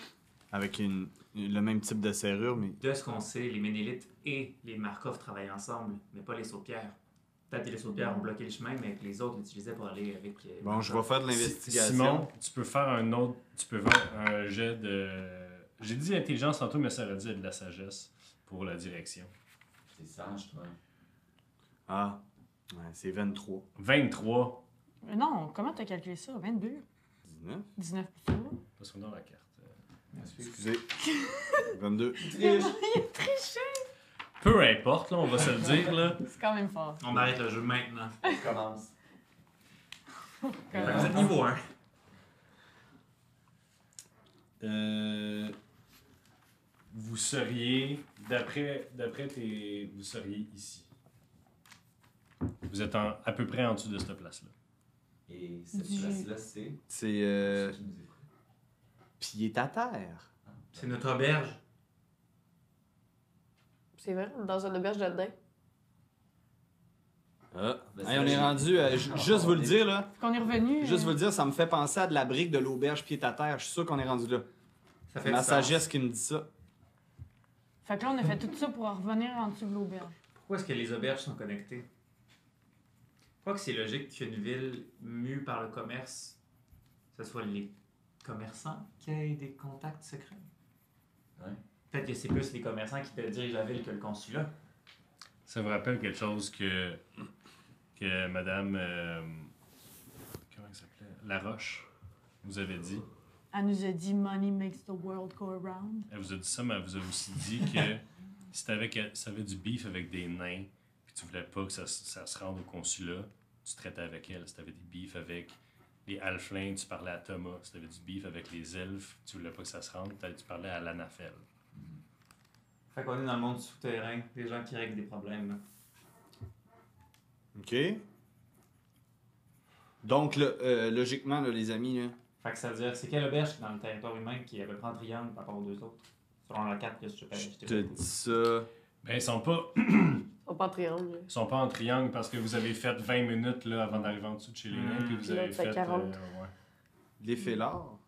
Speaker 4: avec une, le même type de serrure, mais
Speaker 2: De ce qu'on sait, les Ménélites et les Markov travaillent ensemble, mais pas les Saute-Pierre. Peut-être que les Saute-Pierre ont bloqué le chemin, mais que les autres l'utilisaient pour aller avec. euh,
Speaker 4: bon, je vais faire de l'investigation.
Speaker 1: Simon, tu peux faire un autre. Tu peux faire un jet de. J'ai dit intelligence tantôt, mais ça aurait dû être de la sagesse pour la direction.
Speaker 6: T'es sage, toi.
Speaker 4: Ah, ouais, c'est 23.
Speaker 1: 23,
Speaker 5: Euh, Non, comment t'as calculé ça? 22?
Speaker 4: 19.
Speaker 5: 19 plus tôt?
Speaker 1: parce qu'on a la carte.
Speaker 6: Merci.
Speaker 4: Excusez. 22.
Speaker 1: Peu importe, là, on va se le dire, là.
Speaker 5: C'est quand même fort.
Speaker 2: On arrête le jeu maintenant.
Speaker 6: On commence.
Speaker 5: Quand
Speaker 2: Vous
Speaker 5: même.
Speaker 2: êtes niveau 1.
Speaker 4: Euh,
Speaker 1: Vous seriez, d'après d'après tes. Vous seriez ici. Vous êtes en- à peu près en dessous de cette place-là.
Speaker 6: Et cette
Speaker 5: Du-
Speaker 6: place-là, c'est.
Speaker 4: c'est
Speaker 6: ceux
Speaker 4: euh,
Speaker 6: qui nous écoutent.
Speaker 4: pied à terre.
Speaker 2: C'est notre auberge.
Speaker 3: c'est vrai, on est dans une auberge de nains.
Speaker 6: Ah, vas-y.
Speaker 4: Hey, on est rendu. euh, ju- juste vous le dire, là.
Speaker 5: Qu'on est revenu.
Speaker 4: Juste
Speaker 5: euh,
Speaker 4: vous le dire, ça me fait penser à de la brique de l'auberge pied à terre. Je suis sûr qu'on est rendu là.
Speaker 2: Ça fait
Speaker 4: Ma
Speaker 2: du sens.
Speaker 4: sagesse qui me dit ça.
Speaker 5: Fait que là, on a fait tout ça pour en revenir en dessous de l'auberge.
Speaker 2: Pourquoi est-ce que les auberges sont connectées? Je crois que c'est logique qu'une ville mue par le commerce, ce soit les commerçants qui aient des contacts secrets.
Speaker 6: Ouais.
Speaker 2: Peut-être que c'est plus les commerçants qui te dirigent la ville que le consulat.
Speaker 1: Ça vous rappelle quelque chose que, que Madame. euh, comment elle s'appelait Laroche vous avait dit.
Speaker 5: Elle nous a dit Money makes the world go around.
Speaker 1: Elle vous a dit ça, mais elle vous a aussi dit que si t'avais que- si t'avais du beef avec des nains, puis tu voulais pas que ça, s- ça se rende au consulat, tu traitais avec elle. Si t'avais des beefs avec les halflings, tu parlais à Thomas. Si t'avais du beef avec les elfes, tu voulais pas que ça se rende, t'allais- tu parlais à l'Anafel.
Speaker 2: Fait qu'on est dans le monde souterrain, des gens qui règlent des problèmes.
Speaker 4: OK. Donc, là, euh, logiquement, là, les amis, là,
Speaker 2: Fait que ça veut dire, c'est quelle auberge dans le territoire humain qui est à peu près en triangle par rapport aux deux autres? Selon la carte que je te
Speaker 4: je
Speaker 2: je t'ai
Speaker 4: te
Speaker 2: fait.
Speaker 4: dis ça.
Speaker 1: Ben, ils sont pas,
Speaker 3: On pas en triangle.
Speaker 1: ils sont pas en triangle parce que vous avez fait 20 minutes là, avant d'arriver en dessous de chez les nains,
Speaker 2: Mm.
Speaker 1: puis vous
Speaker 3: Puis
Speaker 1: avez
Speaker 3: l'autre fait
Speaker 1: fait. euh,
Speaker 3: 40.
Speaker 1: ouais.
Speaker 4: Les félars.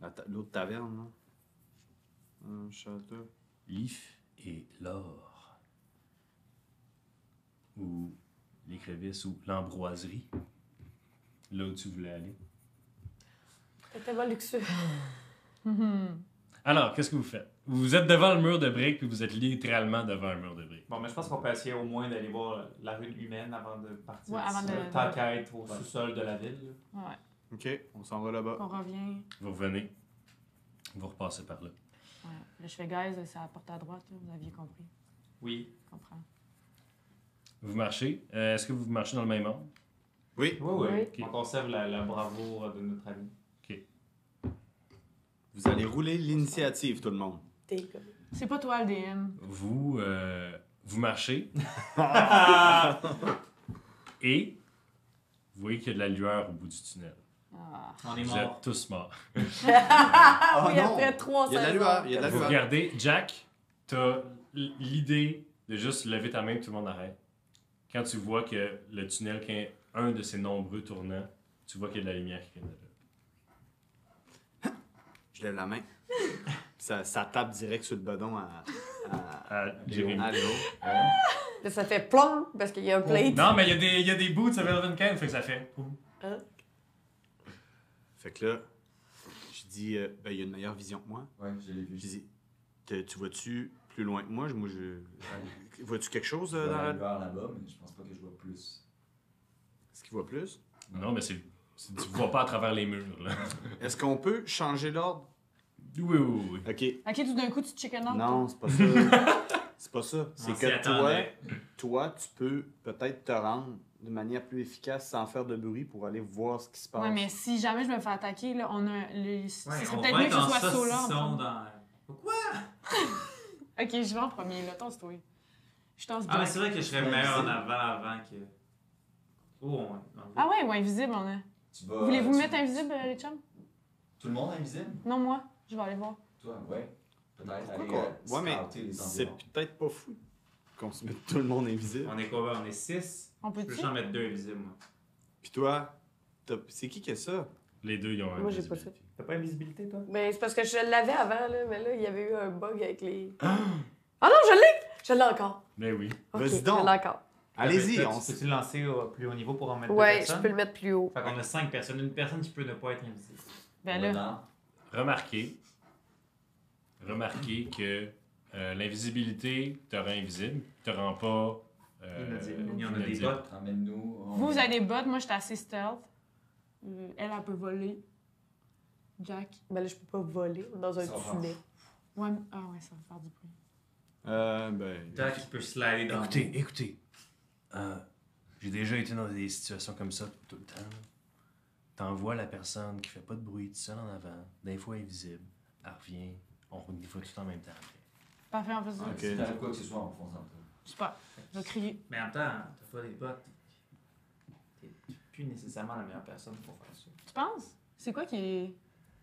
Speaker 4: La ta- L'autre taverne, là. Un château.
Speaker 1: L'if et l'or. Ou l'écrevisse ou l'ambroiserie. Là où tu voulais aller.
Speaker 3: C'est tellement luxueux.
Speaker 5: Mhm.
Speaker 1: Alors, qu'est-ce que vous faites? Vous êtes devant le mur de briques, puis vous êtes littéralement devant un mur de briques.
Speaker 2: Bon, mais je pense qu'on peut essayer au moins d'aller voir la rue humaine avant de partir.
Speaker 5: Ouais, avant
Speaker 2: d'ici,
Speaker 5: de-
Speaker 2: Tant qu'à être au sous-sol de la ville. là.
Speaker 5: Ouais,
Speaker 4: OK, on s'en va là-bas.
Speaker 5: qu'on revient.
Speaker 1: Vous revenez. Vous repassez par là.
Speaker 5: Ouais. Là, je fais guys, c'est à la porte à droite, là, vous aviez compris.
Speaker 2: Oui.
Speaker 5: Je comprends.
Speaker 1: Vous marchez. Euh, Est-ce que vous marchez dans le même ordre?
Speaker 4: Oui,
Speaker 2: Oui, oui.
Speaker 1: Oui.
Speaker 2: On conserve la, la bravoure de notre ami.
Speaker 4: vous allez rouler l'initiative, tout le monde.
Speaker 3: T'es comme.
Speaker 5: C'est pas toi le DM.
Speaker 1: Vous, euh, vous marchez. et vous voyez qu'il y a de la lueur au bout du tunnel.
Speaker 5: Ah.
Speaker 2: On est
Speaker 1: Vous
Speaker 2: mort.
Speaker 1: êtes tous morts.
Speaker 4: Ah,
Speaker 3: oui, après trois
Speaker 4: Il y a de la
Speaker 3: saisons.
Speaker 4: lueur, il y a de la
Speaker 1: Vous
Speaker 4: lueur.
Speaker 1: regardez, Jack, t'as l- l'idée de juste lever ta main et tout le monde arrête. Quand tu vois que le tunnel qui est un de ses nombreux tournants, tu vois qu'il y a de la lumière qui vient de là.
Speaker 4: Je lève la main. Ça, ça tape direct sur le bedon à, à,
Speaker 1: Ah, Jérémy.
Speaker 4: à l'eau.
Speaker 3: Là, ça fait plomb parce qu'il y a un plate.
Speaker 1: Non, mais il y a des- il y, a des bouts de Seven Can, fait que ça fait.
Speaker 4: Fait que là, je dis, euh, ben, il y a une meilleure vision que moi.
Speaker 6: Ouais, je l'ai vu.
Speaker 4: Je dis, Te- tu vois-tu plus loin que moi? Je, moi, je... vois-tu quelque chose euh,
Speaker 6: Dans
Speaker 4: dans
Speaker 6: la
Speaker 4: la...
Speaker 6: lueur là-bas, mais je pense pas que je vois plus.
Speaker 4: Est-ce qu'il voit plus?
Speaker 1: Non, mais c'est. c'est- Tu vois pas à travers les murs, là.
Speaker 4: Est-ce qu'on peut changer l'ordre?
Speaker 1: Oui, oui, oui.
Speaker 4: OK.
Speaker 5: Ok, tout d'un coup, tu te chicken out.
Speaker 4: Non, c'est pas ça. c'est pas ça. C'est
Speaker 2: On s'y
Speaker 4: que toi,
Speaker 2: attendait.
Speaker 4: toi, tu peux peut-être te rendre de manière plus efficace sans faire de bruit pour aller voir ce qui se passe.
Speaker 5: Ouais, mais si jamais je me fais attaquer, là, on a. Le... Ce
Speaker 2: Ouais,
Speaker 5: serait
Speaker 2: on
Speaker 5: peut-être
Speaker 2: va
Speaker 5: mieux
Speaker 2: être
Speaker 5: que ce
Speaker 2: en
Speaker 5: soit Sola. en
Speaker 2: saucisson
Speaker 5: premier.
Speaker 2: dans- Quoi?
Speaker 5: Ok, je vais en premier, là. Tasse toi. Je tasse
Speaker 2: Ah, mais
Speaker 5: Jack.
Speaker 2: c'est vrai que je serais meilleur en avant avant que. Oh, on, on-
Speaker 5: Ah ouais, ou invisible, on est.
Speaker 6: Tu vas.
Speaker 5: Voulez-vous
Speaker 6: tu-
Speaker 5: me mettre invisible, euh, les chums?
Speaker 6: Tout le monde invisible
Speaker 5: Non, moi. Je vais aller voir.
Speaker 6: Toi, ouais. Peut-être
Speaker 4: Pourquoi
Speaker 6: aller.
Speaker 4: qu'on-
Speaker 6: euh,
Speaker 4: Ouais, mais
Speaker 6: scouter les
Speaker 4: C'est
Speaker 6: environs.
Speaker 4: peut-être pas fou qu'on se mette tout le monde invisible.
Speaker 2: on est quoi? On est 6.
Speaker 5: On
Speaker 2: Je
Speaker 5: peut-tu?
Speaker 2: peux juste en mettre deux invisibles, moi.
Speaker 4: Puis toi, t'as- c'est qui qui est ça?
Speaker 1: Les deux, ils ont un.
Speaker 3: Moi, j'ai pas ça.
Speaker 2: T'as pas invisibilité, toi?
Speaker 3: Mais Ben, c'est parce que je l'avais avant, là, mais là, il y avait eu un bug avec les. Ah non, je l'ai! Je l'ai encore.
Speaker 1: Mais Ben oui.
Speaker 3: Ok,
Speaker 4: Vas-y donc.
Speaker 3: Je l'ai encore.
Speaker 4: Allez-y, on
Speaker 2: on
Speaker 4: s-
Speaker 2: Peux-tu le lancer au plus haut niveau pour en mettre deux
Speaker 3: Ouais, je
Speaker 2: personnes?
Speaker 3: peux le mettre plus haut.
Speaker 2: Fait qu'on a 5 personnes. Une personne qui peut ne pas être invisible.
Speaker 5: Ben
Speaker 6: Ouais,
Speaker 5: là.
Speaker 6: non.
Speaker 1: Remarquez. Remarquez que euh, l'invisibilité te rend invisible, te rend pas. euh,
Speaker 2: Inaudible. Il y en a des
Speaker 1: inaudible.
Speaker 2: bottes.
Speaker 6: Ramène-nous. on-
Speaker 5: Vous, vous avez des bottes. Moi, je suis assez stealth. Euh, Elle, elle peut voler. Jack.
Speaker 3: Mais Ben là, je peux pas voler dans un
Speaker 6: Ça va.
Speaker 3: tunnel.
Speaker 5: Ouais, mais- ah ouais, ça va faire du bruit.
Speaker 4: Euh, ben...
Speaker 2: Jack, qui peut slider dans
Speaker 1: Écoutez, écoutez. Euh, J'ai déjà été dans des situations comme ça tout le temps. T'envoies la personne qui fait pas de bruit, tout seul en avant, des fois invisible, elle revient, on roule des fois tout en même temps.
Speaker 5: Parfait, on fait ça.
Speaker 4: Ok.
Speaker 6: Si t'as quoi que ce soit, on fonce en toi.
Speaker 5: Super. Je vais crier.
Speaker 2: Mais en même temps, t'as pas des bottes. T'es plus nécessairement la meilleure personne pour faire ça.
Speaker 5: Tu penses? C'est quoi qui est.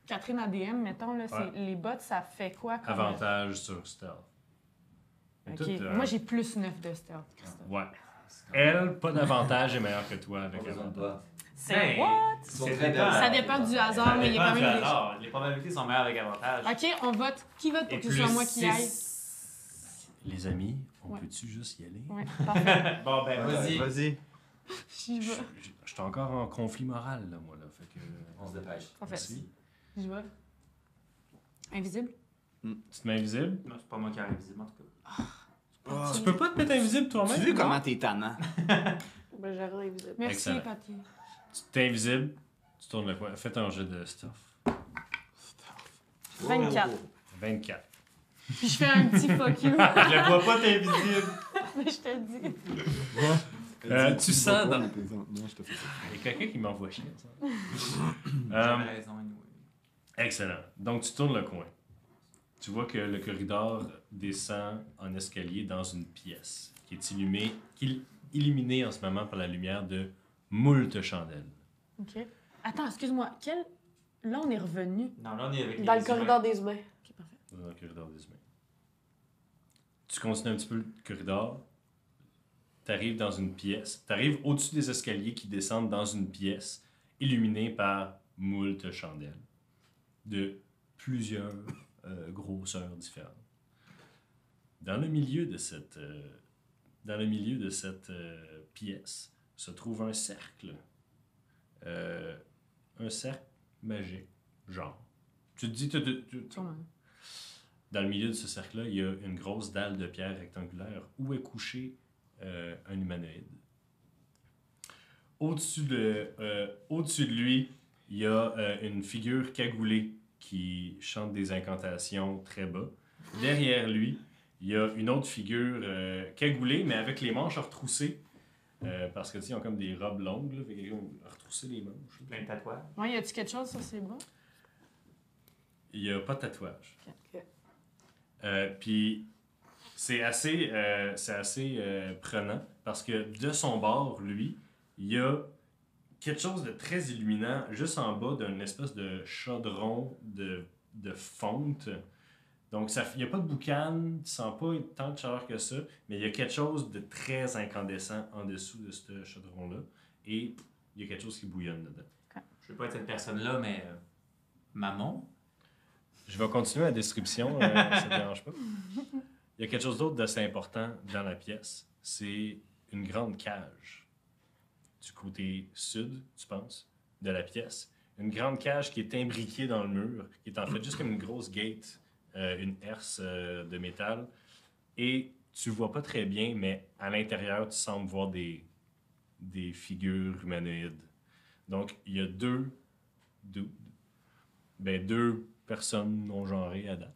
Speaker 5: Catherine ADM, mettons, là, c'est-
Speaker 1: Ouais.
Speaker 5: les bottes, ça fait quoi? comme-
Speaker 1: Avantage sur stealth.
Speaker 5: Ok.
Speaker 1: Tout, euh,
Speaker 5: Moi, j'ai plus 9 de stealth, Christophe.
Speaker 1: Ouais. Elle, pas d'avantage, est meilleure que toi
Speaker 6: Pas
Speaker 1: avec
Speaker 6: besoin de
Speaker 1: avantage.
Speaker 6: toi.
Speaker 5: C'est
Speaker 2: Ben,
Speaker 5: what?
Speaker 6: Ils sont
Speaker 2: Ça
Speaker 6: très
Speaker 2: dépend.
Speaker 6: belles.
Speaker 5: Ça dépend du hasard, mais il y a
Speaker 2: dépend
Speaker 5: quand
Speaker 2: du
Speaker 5: même des-
Speaker 2: hasard. Les probabilités sont meilleures avec avantage.
Speaker 5: Ok, on vote. Qui vote pour que ce soit moi qui aille?
Speaker 2: six.
Speaker 1: Les amis, on
Speaker 5: Ouais.
Speaker 1: peut-tu juste y aller?
Speaker 5: Ouais, parfait.
Speaker 2: Bon, ben,
Speaker 4: Ouais,
Speaker 2: vas-y.
Speaker 4: Vas-y.
Speaker 5: J'y
Speaker 1: Je
Speaker 5: vais.
Speaker 1: je- je suis encore en conflit moral, là, moi, là. Fait que...
Speaker 6: On se dépêche.
Speaker 5: Parfait.
Speaker 1: Merci.
Speaker 5: J'y vais. Invisible?
Speaker 1: Tu te mets invisible?
Speaker 2: Non, c'est pas moi qui arrive, visiblement, en tout cas.
Speaker 4: Oh,
Speaker 1: Tu peux pas te mettre invisible
Speaker 4: tu
Speaker 1: toi-même?
Speaker 4: veux comment t'es tannant?
Speaker 3: Ben, j'ai rien invisible.
Speaker 5: Merci,
Speaker 1: Excellent.
Speaker 5: Papier.
Speaker 1: Tu t'es invisible, tu tournes le coin. Faites un jeu de stuff.
Speaker 5: 24.
Speaker 1: 24.
Speaker 5: Puis je fais un petit fuck you,
Speaker 2: Je le vois pas, t'es invisible.
Speaker 5: mais je te le dis.
Speaker 1: Euh, tu sens dans-
Speaker 4: Non, je te fais ça.
Speaker 1: Il y a quelqu'un qui m'envoie chier. ça.
Speaker 2: J'avais
Speaker 1: Euh,
Speaker 2: raison, anyway.
Speaker 1: Excellent. Donc, tu tournes le coin. Tu vois que le corridor descend en escalier dans une pièce qui est illuminée, qui est illuminée en ce moment par la lumière de moult chandelles.
Speaker 5: Ok. Attends, excuse-moi. Quel. Là, on est revenu.
Speaker 2: Non, là, on est avec
Speaker 3: Dans
Speaker 2: les
Speaker 3: le
Speaker 2: humains.
Speaker 3: corridor des humains.
Speaker 5: Ok, parfait.
Speaker 1: Dans le corridor des humains. Tu continues un petit peu le corridor. Tu arrives dans une pièce. Tu arrives au-dessus des escaliers qui descendent dans une pièce illuminée par moult chandelles de plusieurs euh, grosseurs différentes. Dans le milieu de cette, euh, dans le milieu de cette euh, pièce se trouve un cercle. Euh, un cercle magique, genre. Tu te dis, tu- tu- tu- tu-
Speaker 5: Sûrement.
Speaker 1: dans le milieu de ce cercle-là, il y a une grosse dalle de pierre rectangulaire où est couché euh, un humanoïde. Au-dessus de, euh, au-dessus de lui, il y a euh, une figure cagoulée qui chante des incantations très bas. Derrière lui, il y a une autre figure euh, cagoulée, mais avec les manches retroussées. euh, parce que, tu sais, ils ont comme des robes longues, là, fait qu'ils ont retroussé les manches.
Speaker 2: Plein de tatouages.
Speaker 5: Ouais, y a-tu quelque chose sur ces bas?
Speaker 1: Il n'y a pas de tatouage.
Speaker 3: Ok.
Speaker 1: Euh, Puis c'est assez, euh, c'est assez euh, prenant parce que de son bord, lui, il y a quelque chose de très illuminant juste en bas d'une espèce de chaudron de, de fonte. Donc ça- il n'y a pas de boucan, tu sens pas tant de chaleur que ça, mais il y a quelque chose de très incandescent en dessous de ce chaudron-là et il y a quelque chose qui bouillonne dedans.
Speaker 2: Je veux pas être cette personne-là, mais. euh, maman.
Speaker 1: Je vais continuer la description, euh, ça ne dérange pas. Il y a quelque chose d'autre d'assez important dans la pièce. C'est une grande cage du côté sud, tu penses, de la pièce. Une grande cage qui est imbriquée dans le mur, qui est en fait juste comme une grosse gate, euh, une herse euh, de métal. Et tu vois pas très bien, mais à l'intérieur, tu sembles voir des, des figures humanoïdes. Donc, il y a deux, deux, ben, deux personnes non genrées à date.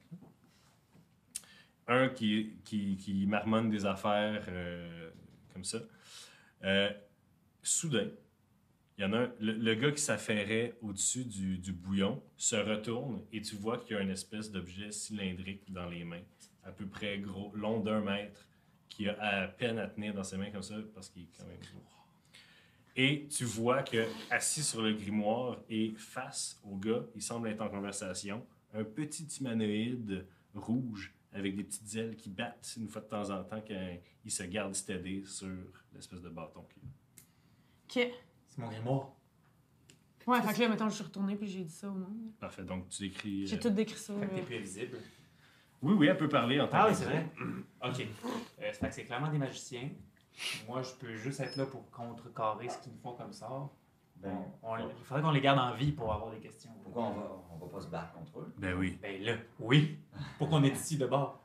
Speaker 1: là. Un qui, qui, qui marmonne des affaires euh, comme ça. Euh, soudain, il y en a un, le, le gars qui s'affairait au-dessus du, du bouillon se retourne et tu vois qu'il y a une espèce d'objet cylindrique dans les mains, à peu près gros, long d'un mètre, qui a à peine à tenir dans ses mains comme ça parce qu'il est quand même gros. Et tu vois que, assis sur le grimoire et face au gars, il semble être en conversation, un petit humanoïde rouge avec des petites ailes qui battent une fois de temps en temps quand il se garde steady sur l'espèce de bâton qu'il a.
Speaker 5: Ok.
Speaker 2: C'est mon grimoire.
Speaker 5: Ouais, fait que là, mettons, je suis retournée puis j'ai dit ça au monde.
Speaker 1: Parfait, donc tu écris...
Speaker 5: J'ai tout décrit ça.
Speaker 2: Fait que t'es
Speaker 5: euh,
Speaker 2: plus invisible.
Speaker 1: Oui, oui, elle peut parler en tant
Speaker 2: Ah
Speaker 1: que-
Speaker 2: oui, c'est vrai. ok. Euh, fait que c'est clairement des magiciens. Moi, je peux juste être là pour contrecarrer ce qu'ils nous font comme sort.
Speaker 6: Ben,
Speaker 2: On- on- il faudrait qu'on les garde en vie pour avoir des questions.
Speaker 6: pourquoi on va, on va pas se battre contre eux?
Speaker 1: Ben oui.
Speaker 2: Ben là, oui. Pour qu'on est ici de bord.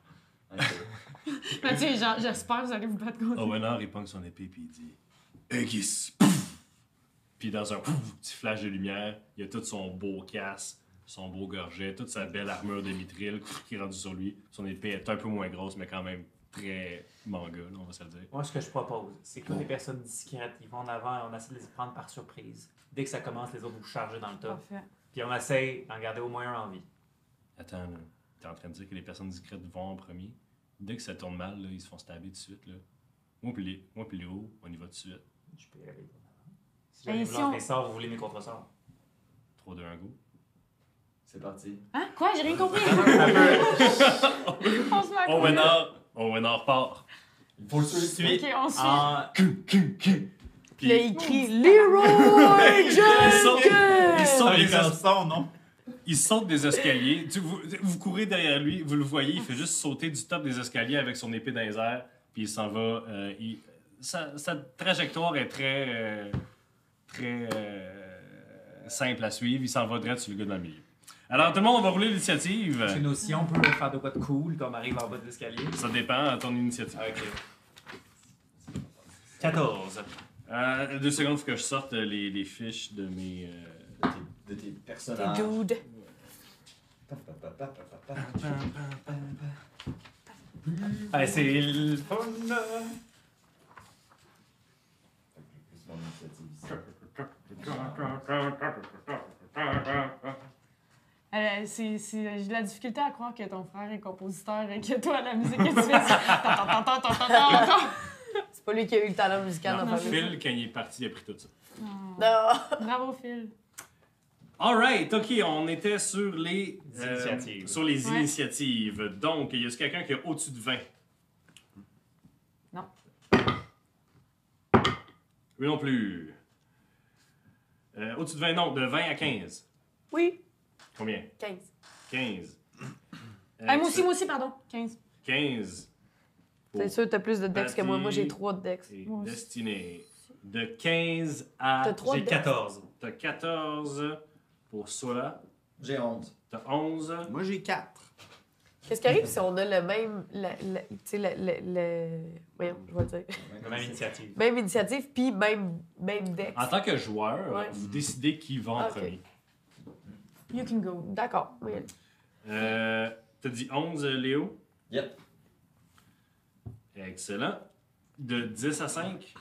Speaker 5: Mathieu, genre, j'espère que vous allez vous battre
Speaker 2: Oh,
Speaker 5: contre eux.
Speaker 1: Owenor, il pogne son épée puis il dit... Aegis! Pouf! Puis dans un pouf, petit flash de lumière, il y a tout son beau casque, son beau gorget, toute sa belle armure de mithril qui est rendue sur lui. Son épée est un peu moins grosse, mais quand même très manga, là, on va se le dire.
Speaker 2: Moi, ce que je propose, c'est que les personnes discrètes, ils vont en avant et on essaie de les prendre par surprise. Dès que ça commence, les autres vous chargez dans le top.
Speaker 5: Parfait.
Speaker 2: Puis on essaie d'en garder au moins un en vie.
Speaker 1: Attends, là. T'es en train de dire que les personnes discrètes vont en premier. Dès que ça tourne mal, là, ils se font stabber tout de suite. Là. Moi, puis les- moi puis Léo, on y va tout de suite.
Speaker 2: Je peux y aller. en avant. Si
Speaker 5: Ben,
Speaker 2: jamais vous
Speaker 5: si
Speaker 2: lancez
Speaker 5: on-
Speaker 2: des sorts, vous voulez mes contresorts.
Speaker 1: 3, 2, 1, go.
Speaker 6: C'est parti.
Speaker 5: Hein? Quoi? J'ai rien compris.
Speaker 2: Un peu.
Speaker 5: On se met à courir.
Speaker 1: Owenor! Owenor part!
Speaker 2: Faut le suivre.
Speaker 5: Ok, on suit.
Speaker 2: En-
Speaker 3: Puis là, il crie Leroy
Speaker 1: Ils
Speaker 3: Jenkins!
Speaker 1: sont
Speaker 7: Ah,
Speaker 1: des
Speaker 7: les garçons, non?
Speaker 1: Il saute des escaliers. Tu- vous, vous courez derrière lui, vous le voyez, il fait juste sauter du top des escaliers avec son épée dans les airs, puis il s'en va. euh, il- sa, sa trajectoire est très. euh, très. euh, simple à suivre. Il s'en va direct sur le gars dans le milieu. Alors, tout le monde, on va rouler l'initiative.
Speaker 2: Parce que nous aussi, on peut faire de quoi de cool quand on arrive en bas de l'escalier.
Speaker 1: Ça dépend de ton initiative.
Speaker 2: Ok. 14.
Speaker 1: Euh, deux secondes, faut que je sorte les, les fiches de mes. euh,
Speaker 6: De tes
Speaker 1: Ah.
Speaker 6: personnages.
Speaker 3: Dude.
Speaker 6: Pa, pa, pa, pa, pa, pa.
Speaker 2: Allez, Ah, c'est le fun.
Speaker 6: Fait que plus mon initiative ici.
Speaker 5: Elle, euh, c'est- c'est- J'ai de la difficulté à croire que ton frère est compositeur et que toi, la musique que tu fais, c'est- Tant, tant, tant, tant, tant, tant, tant.
Speaker 3: C'est pas lui qui a eu le talent musical
Speaker 1: dans
Speaker 3: dans
Speaker 5: Non,
Speaker 3: la
Speaker 5: non,
Speaker 3: famille.
Speaker 1: Phil, quand il est parti, il a pris tout ça.
Speaker 3: Non.
Speaker 5: Bravo, Phil.
Speaker 1: Alright, ok, on était sur les euh,
Speaker 2: Les initiatives.
Speaker 1: Sur les
Speaker 5: Ouais.
Speaker 1: initiatives. Donc, il y a quelqu'un qui est au-dessus de 20.
Speaker 5: Non.
Speaker 1: Lui non plus. Euh, au-dessus de 20, non, de 20 à 15.
Speaker 3: Oui,
Speaker 1: Combien
Speaker 3: 15.
Speaker 1: 15. Euh,
Speaker 5: Ah, moi aussi, moi aussi, pardon. 15.
Speaker 1: 15.
Speaker 3: C'est sûr, t'as plus de dex que moi. Moi, j'ai
Speaker 1: Oh. Vas-y.
Speaker 3: 3 de dex.
Speaker 1: C'est
Speaker 5: Moi aussi.
Speaker 1: destiné. De 15 à.
Speaker 3: T'as 3
Speaker 2: J'ai
Speaker 3: de dex.
Speaker 2: 14.
Speaker 1: T'as 14 pour Sola.
Speaker 6: J'ai honte.
Speaker 1: T'as 11.
Speaker 4: Moi, j'ai 4.
Speaker 3: Qu'est-ce qui arrive si on a le même. la- la- Tu sais, le, le, le- Voyons, je vais le dire.
Speaker 2: La même initiative.
Speaker 3: Même initiative, puis même, même dex.
Speaker 1: En tant que joueur,
Speaker 3: Ouais. Ah,
Speaker 1: vous décidez qui va en
Speaker 3: Ok.
Speaker 1: premier.
Speaker 5: You can go.
Speaker 3: D'accord. oui.
Speaker 1: Euh, T'as dit 11, euh, Léo?
Speaker 6: Yep.
Speaker 1: Excellent. De 10 à 5?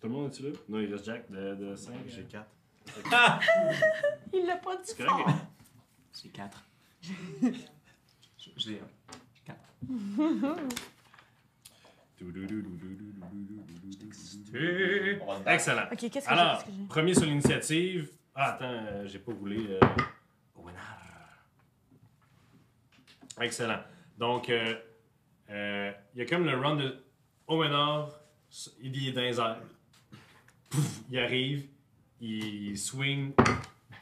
Speaker 1: Tout le monde est-tu là? Non, il reste Jack de, de 5.
Speaker 4: J'ai 4.
Speaker 5: Il l'a pas dit
Speaker 1: C'est correct.
Speaker 5: fort.
Speaker 4: J'ai 4.
Speaker 2: J'ai un.
Speaker 1: Euh,
Speaker 6: On va se battre.
Speaker 1: Excellent.
Speaker 5: Ok, qu'est-ce que j'ai-
Speaker 1: Alors,
Speaker 5: qu'est-ce que j'ai?
Speaker 1: premier sur l'initiative. Ah, attends, euh, j'ai pas roulé. euh, Owenard. Excellent. Donc, il euh, euh, il y a comme le round de Owenard. s- Il est dans les airs. Pouf, il arrive. Il swing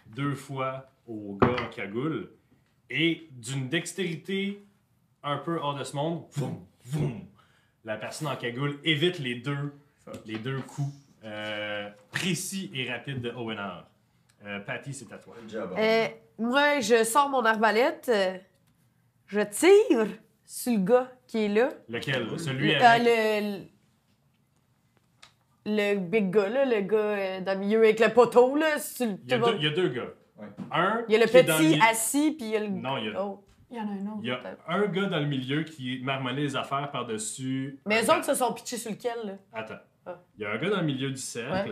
Speaker 1: deux fois au gars en cagoule. Et d'une dextérité un peu hors de ce monde, voum, voum, la personne en cagoule évite les deux, les deux coups euh, précis et rapides de Owenard. Euh, Patty, c'est à toi.
Speaker 6: Good job.
Speaker 3: Euh, moi, je sors mon arbalète. euh, Je tire sur le gars qui est là.
Speaker 1: Lequel Celui
Speaker 3: Euh,
Speaker 1: avec.
Speaker 3: le, le big gars, là, le gars euh, dans le milieu avec le poteau, là, sur le-
Speaker 1: Il y a
Speaker 3: tout le
Speaker 1: deux,
Speaker 3: monde.
Speaker 1: il y a deux gars.
Speaker 6: Ouais.
Speaker 1: Un.
Speaker 3: Il y a le
Speaker 1: qui est dans
Speaker 3: petit
Speaker 1: mi-
Speaker 3: assis, puis il y a le...
Speaker 1: Non, il y a,
Speaker 3: Oh.
Speaker 5: Il y en a un autre.
Speaker 1: il y a un gars dans le milieu qui marmonnait les affaires par-dessus.
Speaker 3: Mais
Speaker 1: un
Speaker 3: eux autres se sont pitchés sur lequel, là?
Speaker 1: Attends.
Speaker 3: Ah.
Speaker 1: Il y a un gars dans le milieu du cercle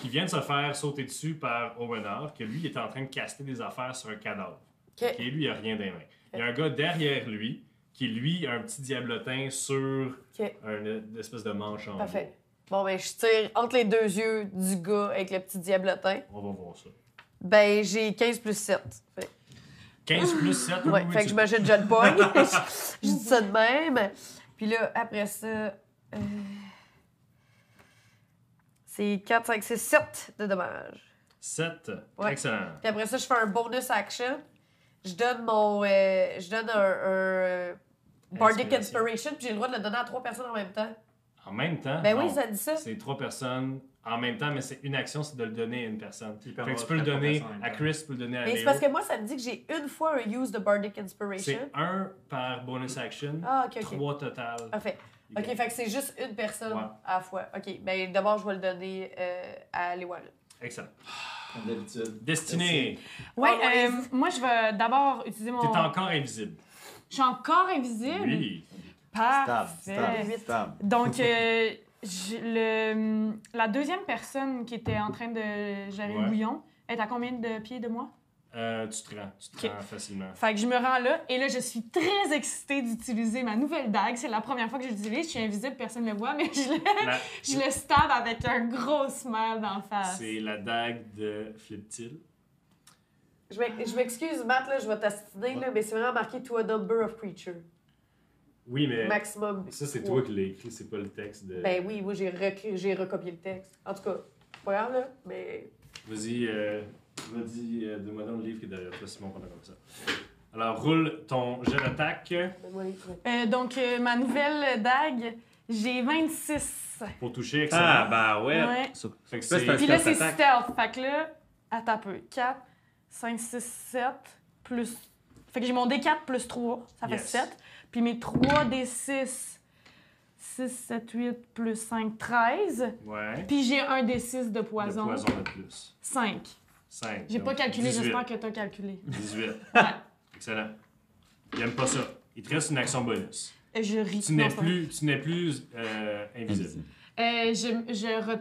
Speaker 1: qui vient de se faire sauter dessus par Owenard, que lui, il est en train de caster des affaires sur un cadavre.
Speaker 3: OK.
Speaker 1: Et lui, il a rien dans les mains. Il y a un gars derrière lui qui, lui, a un petit diablotin sur
Speaker 3: OK.
Speaker 1: un- une espèce de manche en
Speaker 3: Parfait. Bon, ben, je tire entre les deux yeux du gars avec le petit diablotin.
Speaker 1: bois. On va voir ça.
Speaker 3: Ben, j'ai 15 plus 7. Fait,
Speaker 1: 15 plus 7.
Speaker 3: ouais, fait que j'imagine je le pogne. je dis ça de même. Puis là, après ça... euh, C'est 4, 5, 6, 7 de dommages.
Speaker 1: 7.
Speaker 3: Ouais.
Speaker 1: Excellent.
Speaker 3: Puis après ça, je fais un bonus action. Je donne mon. euh, je donne un. un, euh, Bardic
Speaker 1: Inspiration.
Speaker 3: Inspiration, puis j'ai le droit de le donner à trois personnes en même temps.
Speaker 1: En même temps.
Speaker 3: Ben
Speaker 1: Ah, non.
Speaker 3: oui, ça dit ça.
Speaker 1: C'est trois personnes en même temps, mais c'est une action, c'est de le donner à une personne.
Speaker 2: Puis il peut
Speaker 1: Fait que
Speaker 2: avoir
Speaker 1: tu peux le
Speaker 2: quatre
Speaker 1: donner
Speaker 2: personnes en même
Speaker 1: à
Speaker 2: temps.
Speaker 1: Chris, tu peux le donner à
Speaker 3: Mais c'est
Speaker 1: Léo.
Speaker 3: parce que moi, ça me dit que j'ai une fois un use de Bardic Inspiration.
Speaker 1: C'est un par bonus action,
Speaker 3: Ah, ok, ok.
Speaker 1: trois total.
Speaker 3: Parfait. Ok, fait que c'est juste une personne
Speaker 1: Ouais.
Speaker 3: à la fois. Ok, ben d'abord, je vais le donner euh, à les Warren.
Speaker 1: Excellent.
Speaker 6: Comme d'habitude.
Speaker 1: Destiné,
Speaker 5: Ouais,
Speaker 3: Ah,
Speaker 5: euh, moi, je vais d'abord utiliser mon.
Speaker 1: t'es encore invisible.
Speaker 5: Je suis encore invisible.
Speaker 1: Oui.
Speaker 4: Stab, stab,
Speaker 5: Parfait.
Speaker 4: stab.
Speaker 5: Donc, euh, j'ai- le, la deuxième personne qui était en train de gérer
Speaker 1: Ouais.
Speaker 5: le bouillon est à combien de pieds de moi?
Speaker 1: Euh, tu te rends, tu te
Speaker 5: Ok.
Speaker 1: rends facilement.
Speaker 5: Fait que je me rends là et là, je suis très excitée d'utiliser ma nouvelle dague. C'est la première fois que je l'utilise. Je suis invisible, personne ne le voit, mais je le,
Speaker 1: La-
Speaker 5: je le stab avec un gros smile d'en face.
Speaker 1: C'est la dague de Fliptil.
Speaker 3: Je m'ex- je m'excuse, Matt, là, je vais t'astiner, là, mais c'est vraiment marqué To a Number of Creatures.
Speaker 7: Oui, mais
Speaker 3: Maximum.
Speaker 7: ça, c'est
Speaker 3: trois.
Speaker 7: toi qui l'as écrit, c'est pas le texte de.
Speaker 3: Ben oui, moi, j'ai recré- j'ai recopié le texte. En tout cas, pas grave, là, mais
Speaker 1: Vas-y, euh, vas-y, euh, donne-moi donc le livre qui est derrière toi, Simon, pendant comme ça. Alors, roule ton jet d'attaque
Speaker 3: donne-moi les trucs.
Speaker 5: Euh, donc, euh, ma nouvelle dague, j'ai 26.
Speaker 1: pour toucher. Excellent.
Speaker 7: Ah, bah ouais.
Speaker 5: Ouais.
Speaker 1: Fait que
Speaker 7: Ça, c'est
Speaker 1: c'est
Speaker 7: un-
Speaker 5: Puis là, c'est
Speaker 7: Stealth
Speaker 5: stealth. Fait que là, attends un peu. 4, 5, 6, 7, plus. Fait que j'ai mon D4 plus 3, ça fait
Speaker 1: Yes.
Speaker 5: 7. Puis mes 3 D6, 6, 7, 8, plus 5, 13.
Speaker 1: ouais.
Speaker 5: Puis j'ai un D6 de
Speaker 1: De
Speaker 5: poison.
Speaker 1: poison de plus.
Speaker 5: 5.
Speaker 1: 5.
Speaker 5: J'ai pas calculé, j'espère que t'as calculé.
Speaker 1: 18. Excellent. Il aime pas ça. Il te reste une action bonus.
Speaker 5: Euh, Je ris.
Speaker 1: Tu
Speaker 5: Non,
Speaker 1: n'es
Speaker 5: c'est pas vrai.
Speaker 1: plus, tu n'es plus euh, invisible.
Speaker 6: Invisible.
Speaker 5: Euh, je je re-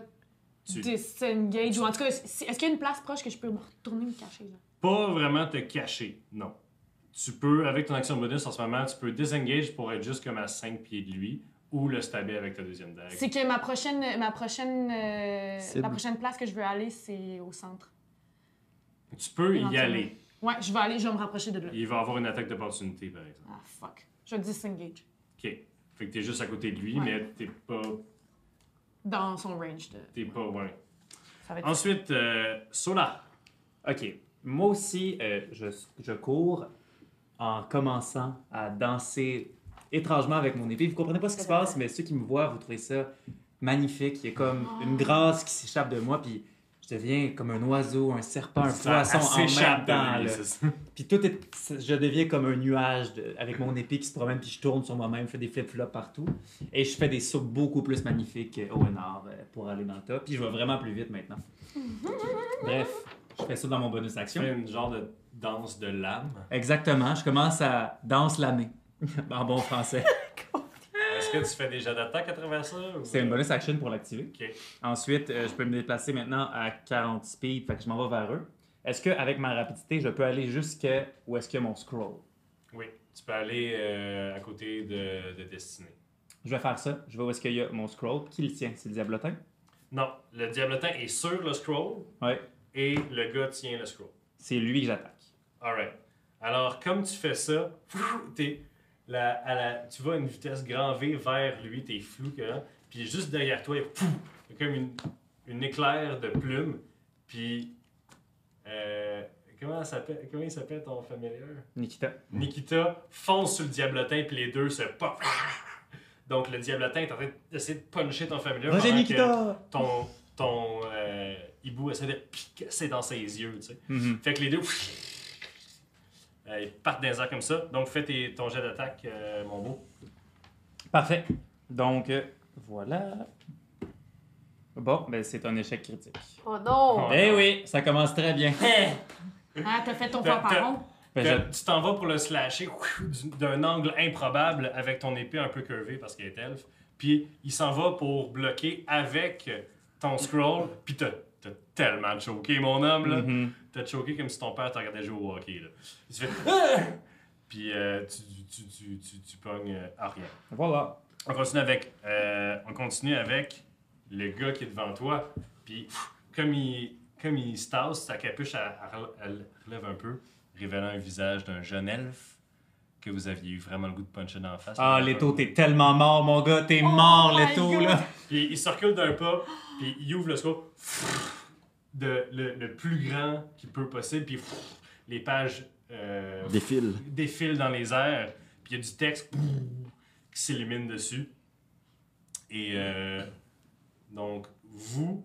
Speaker 1: Tu-
Speaker 5: disengage. Ou en tout cas, si- est-ce qu'il y a une place proche que je peux me retourner me cacher? Là?
Speaker 1: Pas vraiment te cacher, non. Tu peux, avec ton action bonus en ce moment, tu peux disengage pour être juste comme à 5 pieds de lui ou le stabber avec ta deuxième dague.
Speaker 5: C'est que ma prochaine, ma prochaine, euh,
Speaker 6: C'est
Speaker 5: la
Speaker 6: bon.
Speaker 5: prochaine place que je veux aller, c'est au centre.
Speaker 1: Tu peux y
Speaker 5: Éventuellement.
Speaker 1: aller.
Speaker 5: Ouais, je vais aller, je vais me rapprocher de là.
Speaker 1: Il va avoir une attaque d'opportunité, par exemple.
Speaker 5: Ah fuck, je disengage
Speaker 1: OK. Fait que t'es juste à côté de lui,
Speaker 5: Ouais.
Speaker 1: mais t'es pas...
Speaker 5: dans son range de.
Speaker 1: T'es pas... Ouais.
Speaker 3: Ça va être
Speaker 1: Ensuite, euh, Sola.
Speaker 7: Ok.
Speaker 2: Moi aussi, euh, je, je cours en commençant à danser étrangement avec mon épée. Vous comprenez pas ce qui se passe, mais ceux qui me voient, vous trouvez ça magnifique. Il y a comme une grâce qui s'échappe de moi, puis je deviens comme un oiseau, un serpent, un poisson en même
Speaker 1: s'échappe de
Speaker 2: temps.
Speaker 1: lui,
Speaker 2: là.
Speaker 1: c'est ça.
Speaker 2: Puis tout est, je deviens comme un nuage de- avec mon épée qui se promène, puis je tourne sur moi-même, je fais des flip-flops partout. Et je fais des sauts beaucoup plus magnifiques euh, au Hénard euh, pour aller dans le top. Puis je vais vraiment plus vite maintenant. Bref, je fais ça dans mon bonus
Speaker 1: Tu
Speaker 2: action.
Speaker 1: fais une genre de danse de lame.
Speaker 2: Exactement, je commence à danse la main. en bon français.
Speaker 1: Est-ce que tu fais des jets d'attaque à travers ça? ou-
Speaker 2: C'est une bonus action pour l'activer.
Speaker 1: OK.
Speaker 2: Ensuite, euh, je peux me déplacer maintenant à 40 speed, fait que je m'en vais vers eux. Est-ce qu'avec ma rapidité, je peux aller jusqu'à où est-ce que mon scroll?
Speaker 1: Oui. Tu peux aller euh, à côté de, de Destinée.
Speaker 2: Je vais faire ça. Je vais où est-ce qu'il y a mon scroll. Qui le tient? C'est le diablotin?
Speaker 1: Non, le diablotin est sur le scroll
Speaker 2: Ouais.
Speaker 1: et le gars tient le scroll.
Speaker 2: C'est lui que j'attaque.
Speaker 1: Alright. Alors, comme tu fais ça, t'es la, à la- tu vas à une vitesse grand V vers lui, t'es flou, que là, puis juste derrière toi, il y a pouf, il y a comme une, une éclair de plume, puis... euh, comment, ça s'appelle- comment il s'appelle ton familiar?
Speaker 2: Nikita.
Speaker 1: Nikita fonce sur le diablotin, puis les deux se pop. Donc, le diablotin est en train d'essayer de puncher ton familiar.
Speaker 2: Roger
Speaker 1: pendant que
Speaker 2: Nikita!
Speaker 1: Ton, ton euh, hibou essaie de piquer dans ses yeux, tu sais.
Speaker 2: Mhm.
Speaker 1: Fait que les deux. euh, ils partent dans les airs comme ça. Donc fais tes- ton jet d'attaque, euh, mon beau.
Speaker 2: Parfait. Donc, euh, voilà. Bon, ben c'est un échec critique.
Speaker 3: Oh
Speaker 1: Ouais.
Speaker 3: non!
Speaker 7: ben
Speaker 2: Eh oui, ça commence très bien.
Speaker 5: Ah, t'as fait ton
Speaker 1: T'as-
Speaker 5: fanfaron?
Speaker 2: Ben,
Speaker 1: Fait
Speaker 2: je-
Speaker 1: que Tu t'en vas pour le slasher du- d'un angle improbable avec ton épée un peu curvée parce qu'il est elfe. Puis il s'en va pour bloquer avec ton scroll. Puis t'as t'as tellement choqué, mon homme. là.
Speaker 2: Mhm.
Speaker 1: T'as choqué comme si ton père te regardait jouer au hockey. Là. Il se fait. Ah! Puis euh, tu, tu, tu, tu, tu pognes euh, à rien.
Speaker 2: Voilà.
Speaker 1: On continue avec, euh, on continue avec le gars qui est devant toi. Puis pff, comme il, comme il se tasse, sa capuche elle- elle- elle relève un peu, révélant un visage d'un jeune elfe que vous aviez eu vraiment le goût de puncher dans la face.
Speaker 2: Ah, Leto, t'es tellement mort, mon gars. T'es
Speaker 5: Oh
Speaker 2: mort,
Speaker 5: my
Speaker 2: Leto,
Speaker 5: God.
Speaker 2: là.
Speaker 1: Puis il se recule d'un pas, puis il ouvre le score de le, le plus grand qu'il peut possible, puis pff, les pages euh,
Speaker 6: Défile.
Speaker 1: défile dans les airs, puis il y a du texte qui s'illumine dessus. Et euh, donc, vous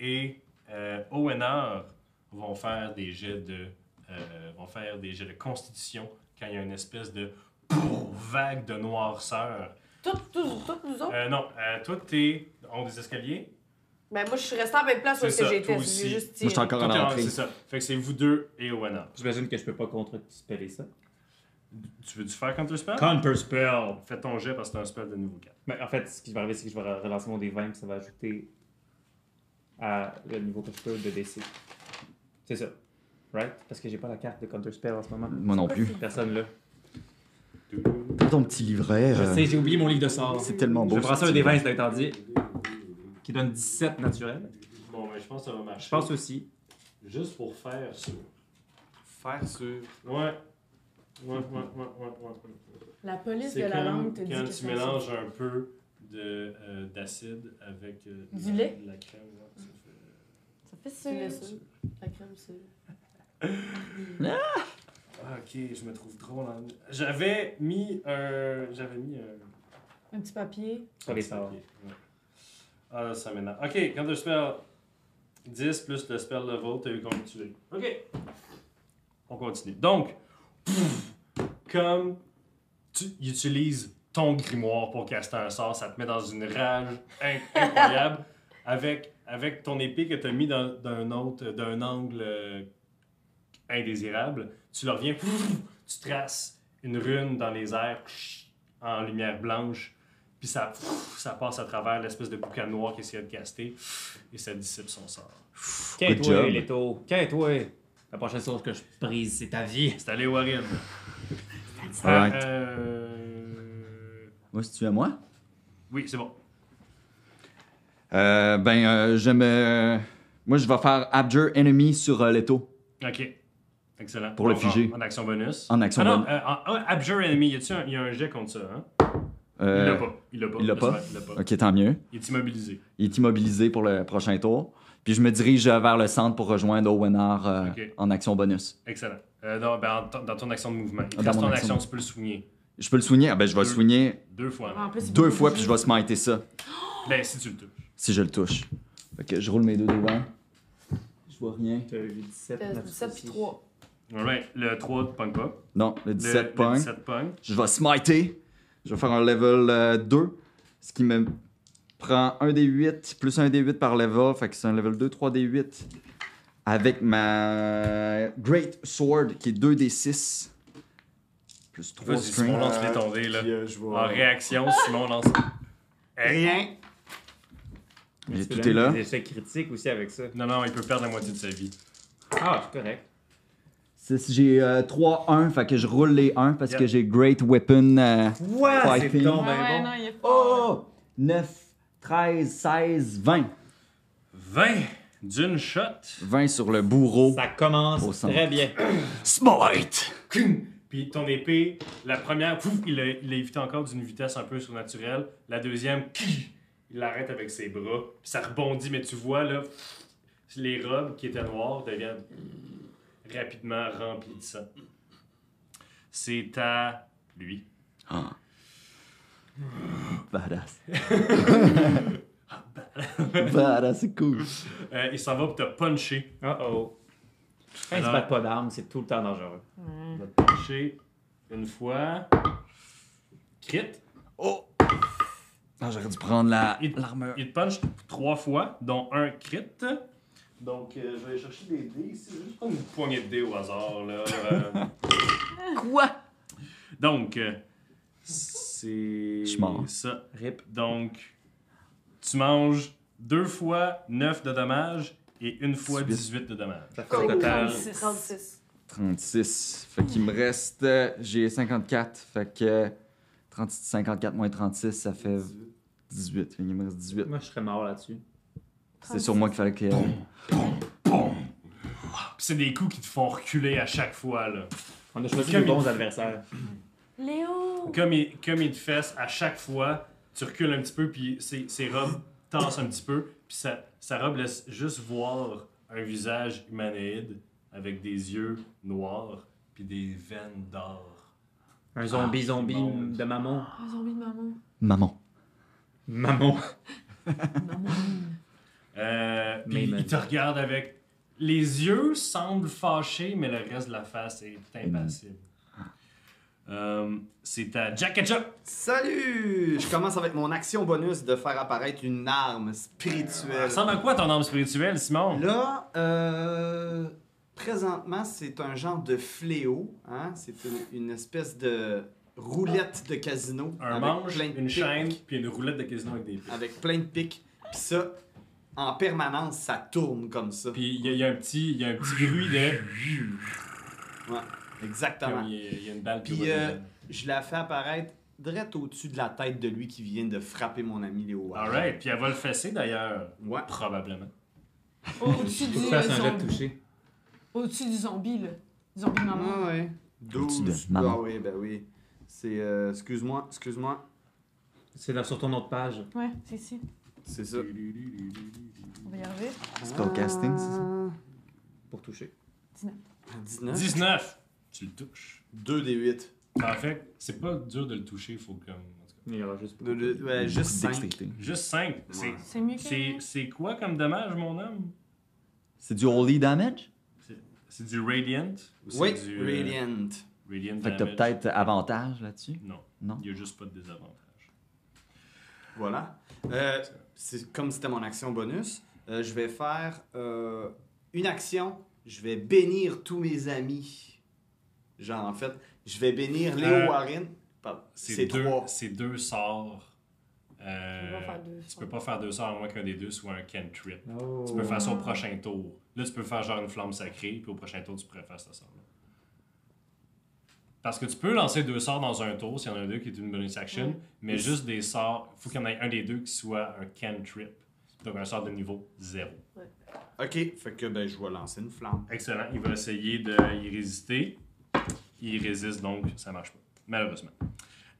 Speaker 1: et euh, ONR vont faire des jets de euh, vont faire des jets de constitution quand il y a une espèce de vague de noirceur.
Speaker 3: Toutes tout, tout nous autres.
Speaker 1: Euh, non, euh, toi, t'es en des escaliers.
Speaker 3: Mais Ben moi, je suis restée à la même place où
Speaker 1: C'est
Speaker 3: est-ce que
Speaker 1: ça,
Speaker 3: j'étais.
Speaker 1: toi
Speaker 3: J'ai
Speaker 1: aussi.
Speaker 3: juste
Speaker 6: Moi,
Speaker 3: tiré.
Speaker 6: je suis encore à
Speaker 1: Toi, t'es en-
Speaker 6: l'entrée.
Speaker 1: C'est ça. Fait que c'est vous deux et ONR.
Speaker 2: J'imagine que je peux pas contre-speller ça.
Speaker 1: Tu veux-tu faire contre le spell?
Speaker 2: Counterspell!
Speaker 1: Fais ton jet parce que c'est un spell de niveau 4.
Speaker 2: Mais Ben, en fait, ce qui va arriver, c'est que je vais re- relancer mon D20 puis ça va ajouter à le niveau que je peux de DC. C'est ça. Right? Parce que j'ai pas la carte de Counterspell en ce moment.
Speaker 6: Moi non plus.
Speaker 2: Personne là.
Speaker 6: Euh, Ton petit livret.
Speaker 2: Je
Speaker 6: euh,
Speaker 2: sais, j'ai oublié mon livre de sort.
Speaker 6: C'est tellement
Speaker 2: Je
Speaker 6: beau.
Speaker 2: vais
Speaker 6: ce
Speaker 2: brasser un
Speaker 6: petit
Speaker 2: des
Speaker 6: livret.
Speaker 2: 20, c'est interdit, qui donne 17 naturel.
Speaker 1: Bon, mais je pense que ça va marcher.
Speaker 2: Je pense aussi.
Speaker 1: Juste pour faire sûr.
Speaker 4: Faire sur.
Speaker 1: Ouais. Ouais, ouais, ouais, ouais, ouais.
Speaker 5: La police de
Speaker 1: C'est
Speaker 5: la
Speaker 1: comme
Speaker 5: langue te dit
Speaker 1: quand
Speaker 5: que
Speaker 1: tu
Speaker 5: ça
Speaker 1: mélanges un peu de, euh, d'acide avec euh,
Speaker 5: Du
Speaker 1: de-
Speaker 5: lait? Mm.
Speaker 1: de la crème. ouais, ça fait- euh,
Speaker 5: Ça fait
Speaker 3: C'est le
Speaker 5: ça.
Speaker 3: sucre. La crème, c'est.
Speaker 1: Ah, ok, je me trouve trop là. J'avais mis un. J'avais mis un.
Speaker 5: Un petit papier.
Speaker 2: Sur les sorts.
Speaker 1: Ok, ouais. Ah, là, ça m'énerve. Ok, quand tu spell 10 plus le spell level, t'as eu combien tu l'as? Ok. On continue. Donc, pff, comme tu utilises ton grimoire pour caster un sort, ça te met dans une rage in- incroyable avec, avec ton épée que t'as mis dans- d'un autre, d'un angle euh, indésirable. Tu le reviens, pff, tu traces une rune dans les airs pff, en lumière blanche puis ça, pff, ça passe à travers l'espèce de boucan noir qu'il essayait de caster. Et ça dissipe son sort.
Speaker 6: Good
Speaker 2: Quête-toi,
Speaker 6: job.
Speaker 2: Leto. Quête-toi. La prochaine chose que je prise, c'est ta vie.
Speaker 1: C'est allé Warren.
Speaker 6: Alright.
Speaker 1: Euh...
Speaker 6: Moi, si tu es à moi.
Speaker 1: Oui, c'est bon.
Speaker 6: Euh, ben, euh, je me. Moi, je vais faire Abjure Enemy sur euh, Leto.
Speaker 1: OK. Excellent.
Speaker 6: Pour le
Speaker 1: Donc,
Speaker 6: figer.
Speaker 1: En, en action bonus.
Speaker 6: En action
Speaker 1: ah, non,
Speaker 6: bonus.
Speaker 1: euh, en- en- Abjure Enemy, y a-tu un- y a un jet contre ça? Hein?
Speaker 6: Euh,
Speaker 1: Il l'a pas. Il l'a pas.
Speaker 6: il l'a pas?
Speaker 1: Il l'a pas.
Speaker 6: Ok, tant mieux.
Speaker 1: Il est immobilisé.
Speaker 6: Il est immobilisé pour le prochain tour. Puis je me dirige euh, vers le centre pour rejoindre Owenard euh,
Speaker 1: Ok.
Speaker 6: en action bonus.
Speaker 1: Excellent. Euh, non, ben, en ton- dans ton action de mouvement. Il te
Speaker 6: Dans
Speaker 1: reste
Speaker 6: mon
Speaker 1: ton
Speaker 6: action.
Speaker 1: action, tu peux le soigner.
Speaker 6: Je peux le soigner? Ah, ben, je vais le
Speaker 1: Deux.
Speaker 6: soigner
Speaker 1: Deux fois.
Speaker 5: Ah, En plus, c'est
Speaker 6: deux
Speaker 5: beaucoup
Speaker 6: fois,
Speaker 5: de
Speaker 6: puis je
Speaker 5: jus.
Speaker 6: vais smiter ça
Speaker 1: Ben, si tu le touches.
Speaker 6: si je le touche. Ok, je roule mes deux devant. Je vois rien.
Speaker 2: T'as eu 17,
Speaker 3: T'as 17 puis 3.
Speaker 1: Alright. Ben, Le 3 pogne pas.
Speaker 6: Non, le
Speaker 1: Le-
Speaker 6: 17 points.
Speaker 1: Le 17 pogne.
Speaker 6: Je vais smiter. Je vais faire un level euh, 2, ce qui me prend 1 des 8 plus 1 des 8 par level. Fait que c'est un level 2, 3 des 8. Avec ma Great Sword qui est 2 des 6. Plus 3
Speaker 1: Vas-y, Simon,
Speaker 6: strength.
Speaker 1: lance-les ton dé, là.
Speaker 4: Puis, euh, je vais-
Speaker 1: En réaction, Simon lance.
Speaker 4: Rien.
Speaker 6: Mais tout est là.
Speaker 2: Des échecs critiques aussi avec ça.
Speaker 1: Non, non, il peut perdre la moitié de sa vie.
Speaker 2: Ah, c'est correct.
Speaker 6: Six, J'ai 3-1, fait que je roule les 1 parce
Speaker 1: Yeah.
Speaker 6: que j'ai Great Weapon. euh,
Speaker 2: Ouais, c'est
Speaker 6: Fighting.
Speaker 2: ton
Speaker 5: Ah ouais, non,
Speaker 2: ben
Speaker 5: il est fort.
Speaker 6: Oh! 9, 13, 16, 20.
Speaker 1: 20 d'une shot.
Speaker 6: 20 sur le
Speaker 2: bon.
Speaker 6: bourreau.
Speaker 2: Ça
Speaker 6: Au
Speaker 2: commence
Speaker 6: centre.
Speaker 2: très bien.
Speaker 6: Smite!
Speaker 1: Puis ton épée, la première, pouf, il l'a il l'a évité encore d'une vitesse un peu surnaturelle. La deuxième, qui, il l'arrête avec ses bras. Puis ça rebondit, mais tu vois, là, les robes qui étaient noires deviennent rapidement remplies de sang. C'est à lui.
Speaker 6: Badass. Badass, c'est cool.
Speaker 1: Euh, il s'en va pour te puncher.
Speaker 2: Oh oh. Quand ils se
Speaker 1: Alors-
Speaker 2: battent pas d'armes, c'est tout le temps dangereux.
Speaker 1: Il va te puncher une fois. Crit.
Speaker 6: Oh! Ah, j'aurais dû prendre la
Speaker 1: Il-
Speaker 6: l'armure.
Speaker 1: Il te punch trois fois, dont un crit. Donc, euh, je vais aller chercher des dés ici. Je vais juste prendre une poignée de dés au hasard, là. Quoi? Donc, euh, c'est.
Speaker 6: Je suis mort.
Speaker 1: Ça.
Speaker 2: Rip.
Speaker 1: Donc, tu manges deux fois 9 de dommages et une fois 18 de dommages.
Speaker 2: Ça fait
Speaker 3: C'est
Speaker 2: au total.
Speaker 3: 36. 36.
Speaker 6: 36. Fait qu'il me reste. euh, J'ai 54. Fait que. 30 54 moins 36, ça fait 18. Fait qu'il me reste 18.
Speaker 2: Moi, je serais mort là-dessus.
Speaker 6: C'est sur moi qu'il fallait que.
Speaker 1: Puis c'est des coups qui te font reculer à chaque fois, là.
Speaker 2: On a choisi
Speaker 1: Comme
Speaker 2: les
Speaker 1: il-
Speaker 2: bons adversaires.
Speaker 5: Léo!
Speaker 1: Comme il, comme il te fesse, à chaque fois, tu recules un petit peu, puis ses, ses robes tassent un petit peu, puis sa, sa robe laisse juste voir un visage humanoïde avec des yeux noirs, puis des veines d'or.
Speaker 2: Un zombie, zombie
Speaker 1: bon.
Speaker 2: de maman.
Speaker 5: Un zombie de maman.
Speaker 6: Maman.
Speaker 2: Maman.
Speaker 5: Maman.
Speaker 1: Euh, puis
Speaker 2: Maiden.
Speaker 1: il te regarde avec. Les yeux semblent fâchés, mais le reste de la face est impassible. Euh, c'est à Jack Ketchup.
Speaker 4: Salut! Je commence avec mon action bonus de faire apparaître une arme
Speaker 1: Ça
Speaker 4: spirituelle.
Speaker 1: ressemble à quoi ton âme spirituelle, Simon?
Speaker 4: Là, euh, présentement, c'est un genre de fléau. hein. C'est une, une espèce de roulette de casino.
Speaker 1: Un
Speaker 4: avec
Speaker 1: manche,
Speaker 4: plein de
Speaker 1: une
Speaker 4: pics.
Speaker 1: chaîne, puis une roulette de casino avec des pieds.
Speaker 4: Avec plein de pics. Puis ça, en permanence, ça tourne comme ça.
Speaker 1: Puis il y, a- il y a un petit, il y a un petit bruit de.
Speaker 4: Ouais, exactement.
Speaker 1: Comme Ah il y a- il y, a une balle qui
Speaker 4: Puis,
Speaker 1: roule.
Speaker 4: euh, je la fais apparaître direct au-dessus de la tête de lui qui vient de frapper mon ami Léo.
Speaker 1: Alright, puis elle va le fesser d'ailleurs.
Speaker 4: Ouais.
Speaker 1: Probablement.
Speaker 5: Au-dessus du
Speaker 2: Pourquoi c'est un jet de
Speaker 5: zombie.
Speaker 2: toucher?
Speaker 5: Au-dessus du zombie, là. Zombie de maman.
Speaker 4: ouais.
Speaker 6: Faut-tu de
Speaker 4: 12.
Speaker 6: maman?
Speaker 4: Ah oui, ben oui. C'est. euh, excuse-moi, excuse-moi.
Speaker 2: C'est là sur ton autre page.
Speaker 3: Mm.
Speaker 5: Ouais, c'est ici.
Speaker 4: C'est ça.
Speaker 5: On va y arriver.
Speaker 6: Spellcasting, c'est ça?
Speaker 4: Ah.
Speaker 2: Pour toucher.
Speaker 4: 19.
Speaker 1: 19! Tu le touches. Ben,
Speaker 4: 2 Ah, des 8.
Speaker 1: En fait, c'est pas dur de le toucher, faut comme. en tout cas.
Speaker 2: Il y aura juste.
Speaker 4: Euh, juste
Speaker 6: Beaucoup de
Speaker 4: 5.
Speaker 6: dextérité.
Speaker 1: Juste 5. C'est,
Speaker 5: C'est mieux que.
Speaker 1: c'est, c'est quoi comme dommage, mon homme?
Speaker 6: C'est du holy damage?
Speaker 1: C'est du Radiant? ou c'est
Speaker 4: Oui,
Speaker 1: du, euh,
Speaker 4: Radiant.
Speaker 1: Radiant
Speaker 6: Fait que t'as
Speaker 1: damage?
Speaker 6: peut-être avantage là-dessus?
Speaker 1: Non.
Speaker 6: Non?
Speaker 1: Il y a juste pas de désavantage.
Speaker 4: Voilà. Euh, c'est comme c'était mon action bonus. euh, je vais faire euh, une action. Je vais bénir tous mes amis. Genre, en fait, je vais bénir Léo
Speaker 1: Euh,
Speaker 4: Warren. Pardon,
Speaker 1: C'est
Speaker 4: C'est
Speaker 1: deux,
Speaker 4: trois.
Speaker 1: c'est deux sorts. Euh,
Speaker 3: Tu peux pas faire deux
Speaker 1: tu
Speaker 3: sorts.
Speaker 1: peux pas faire deux sorts à moins qu'un des deux soit un cantrip.
Speaker 2: Oh.
Speaker 1: Tu peux faire ça au prochain tour. Là, tu peux faire genre une flamme sacrée, puis au prochain tour, tu pourrais faire ce sort-là. Parce que tu peux lancer deux sorts dans un tour, s'il y en a un deux qui est une bonus action, mais juste des sorts, faut qu'il y en ait un des deux qui soit un cantrip. Donc un sort de niveau zéro.
Speaker 4: Ok, fait que ben, je vais lancer une flamme.
Speaker 1: Excellent, il va essayer de y résister. Il résiste donc, ça marche pas, malheureusement.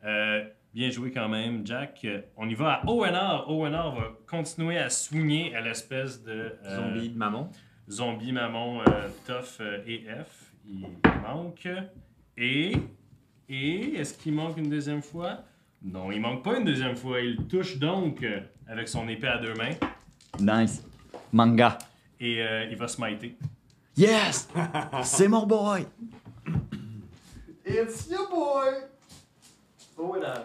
Speaker 1: Euh, bien joué quand même, Jack. Euh, On y va à ONR. ONR va continuer à soigner à l'espèce de euh,
Speaker 2: Zombie de maman.
Speaker 1: zombie mammon euh, tough euh, et F. Il manque. Et. Et. Est-ce qu'il manque une deuxième fois Non, il manque pas une deuxième fois. Il touche donc euh, avec son épée à deux mains.
Speaker 6: Nice. Manga.
Speaker 1: Et euh, il va smiter.
Speaker 6: Yes! C'est mon boy!
Speaker 4: It's your boy! Oh là!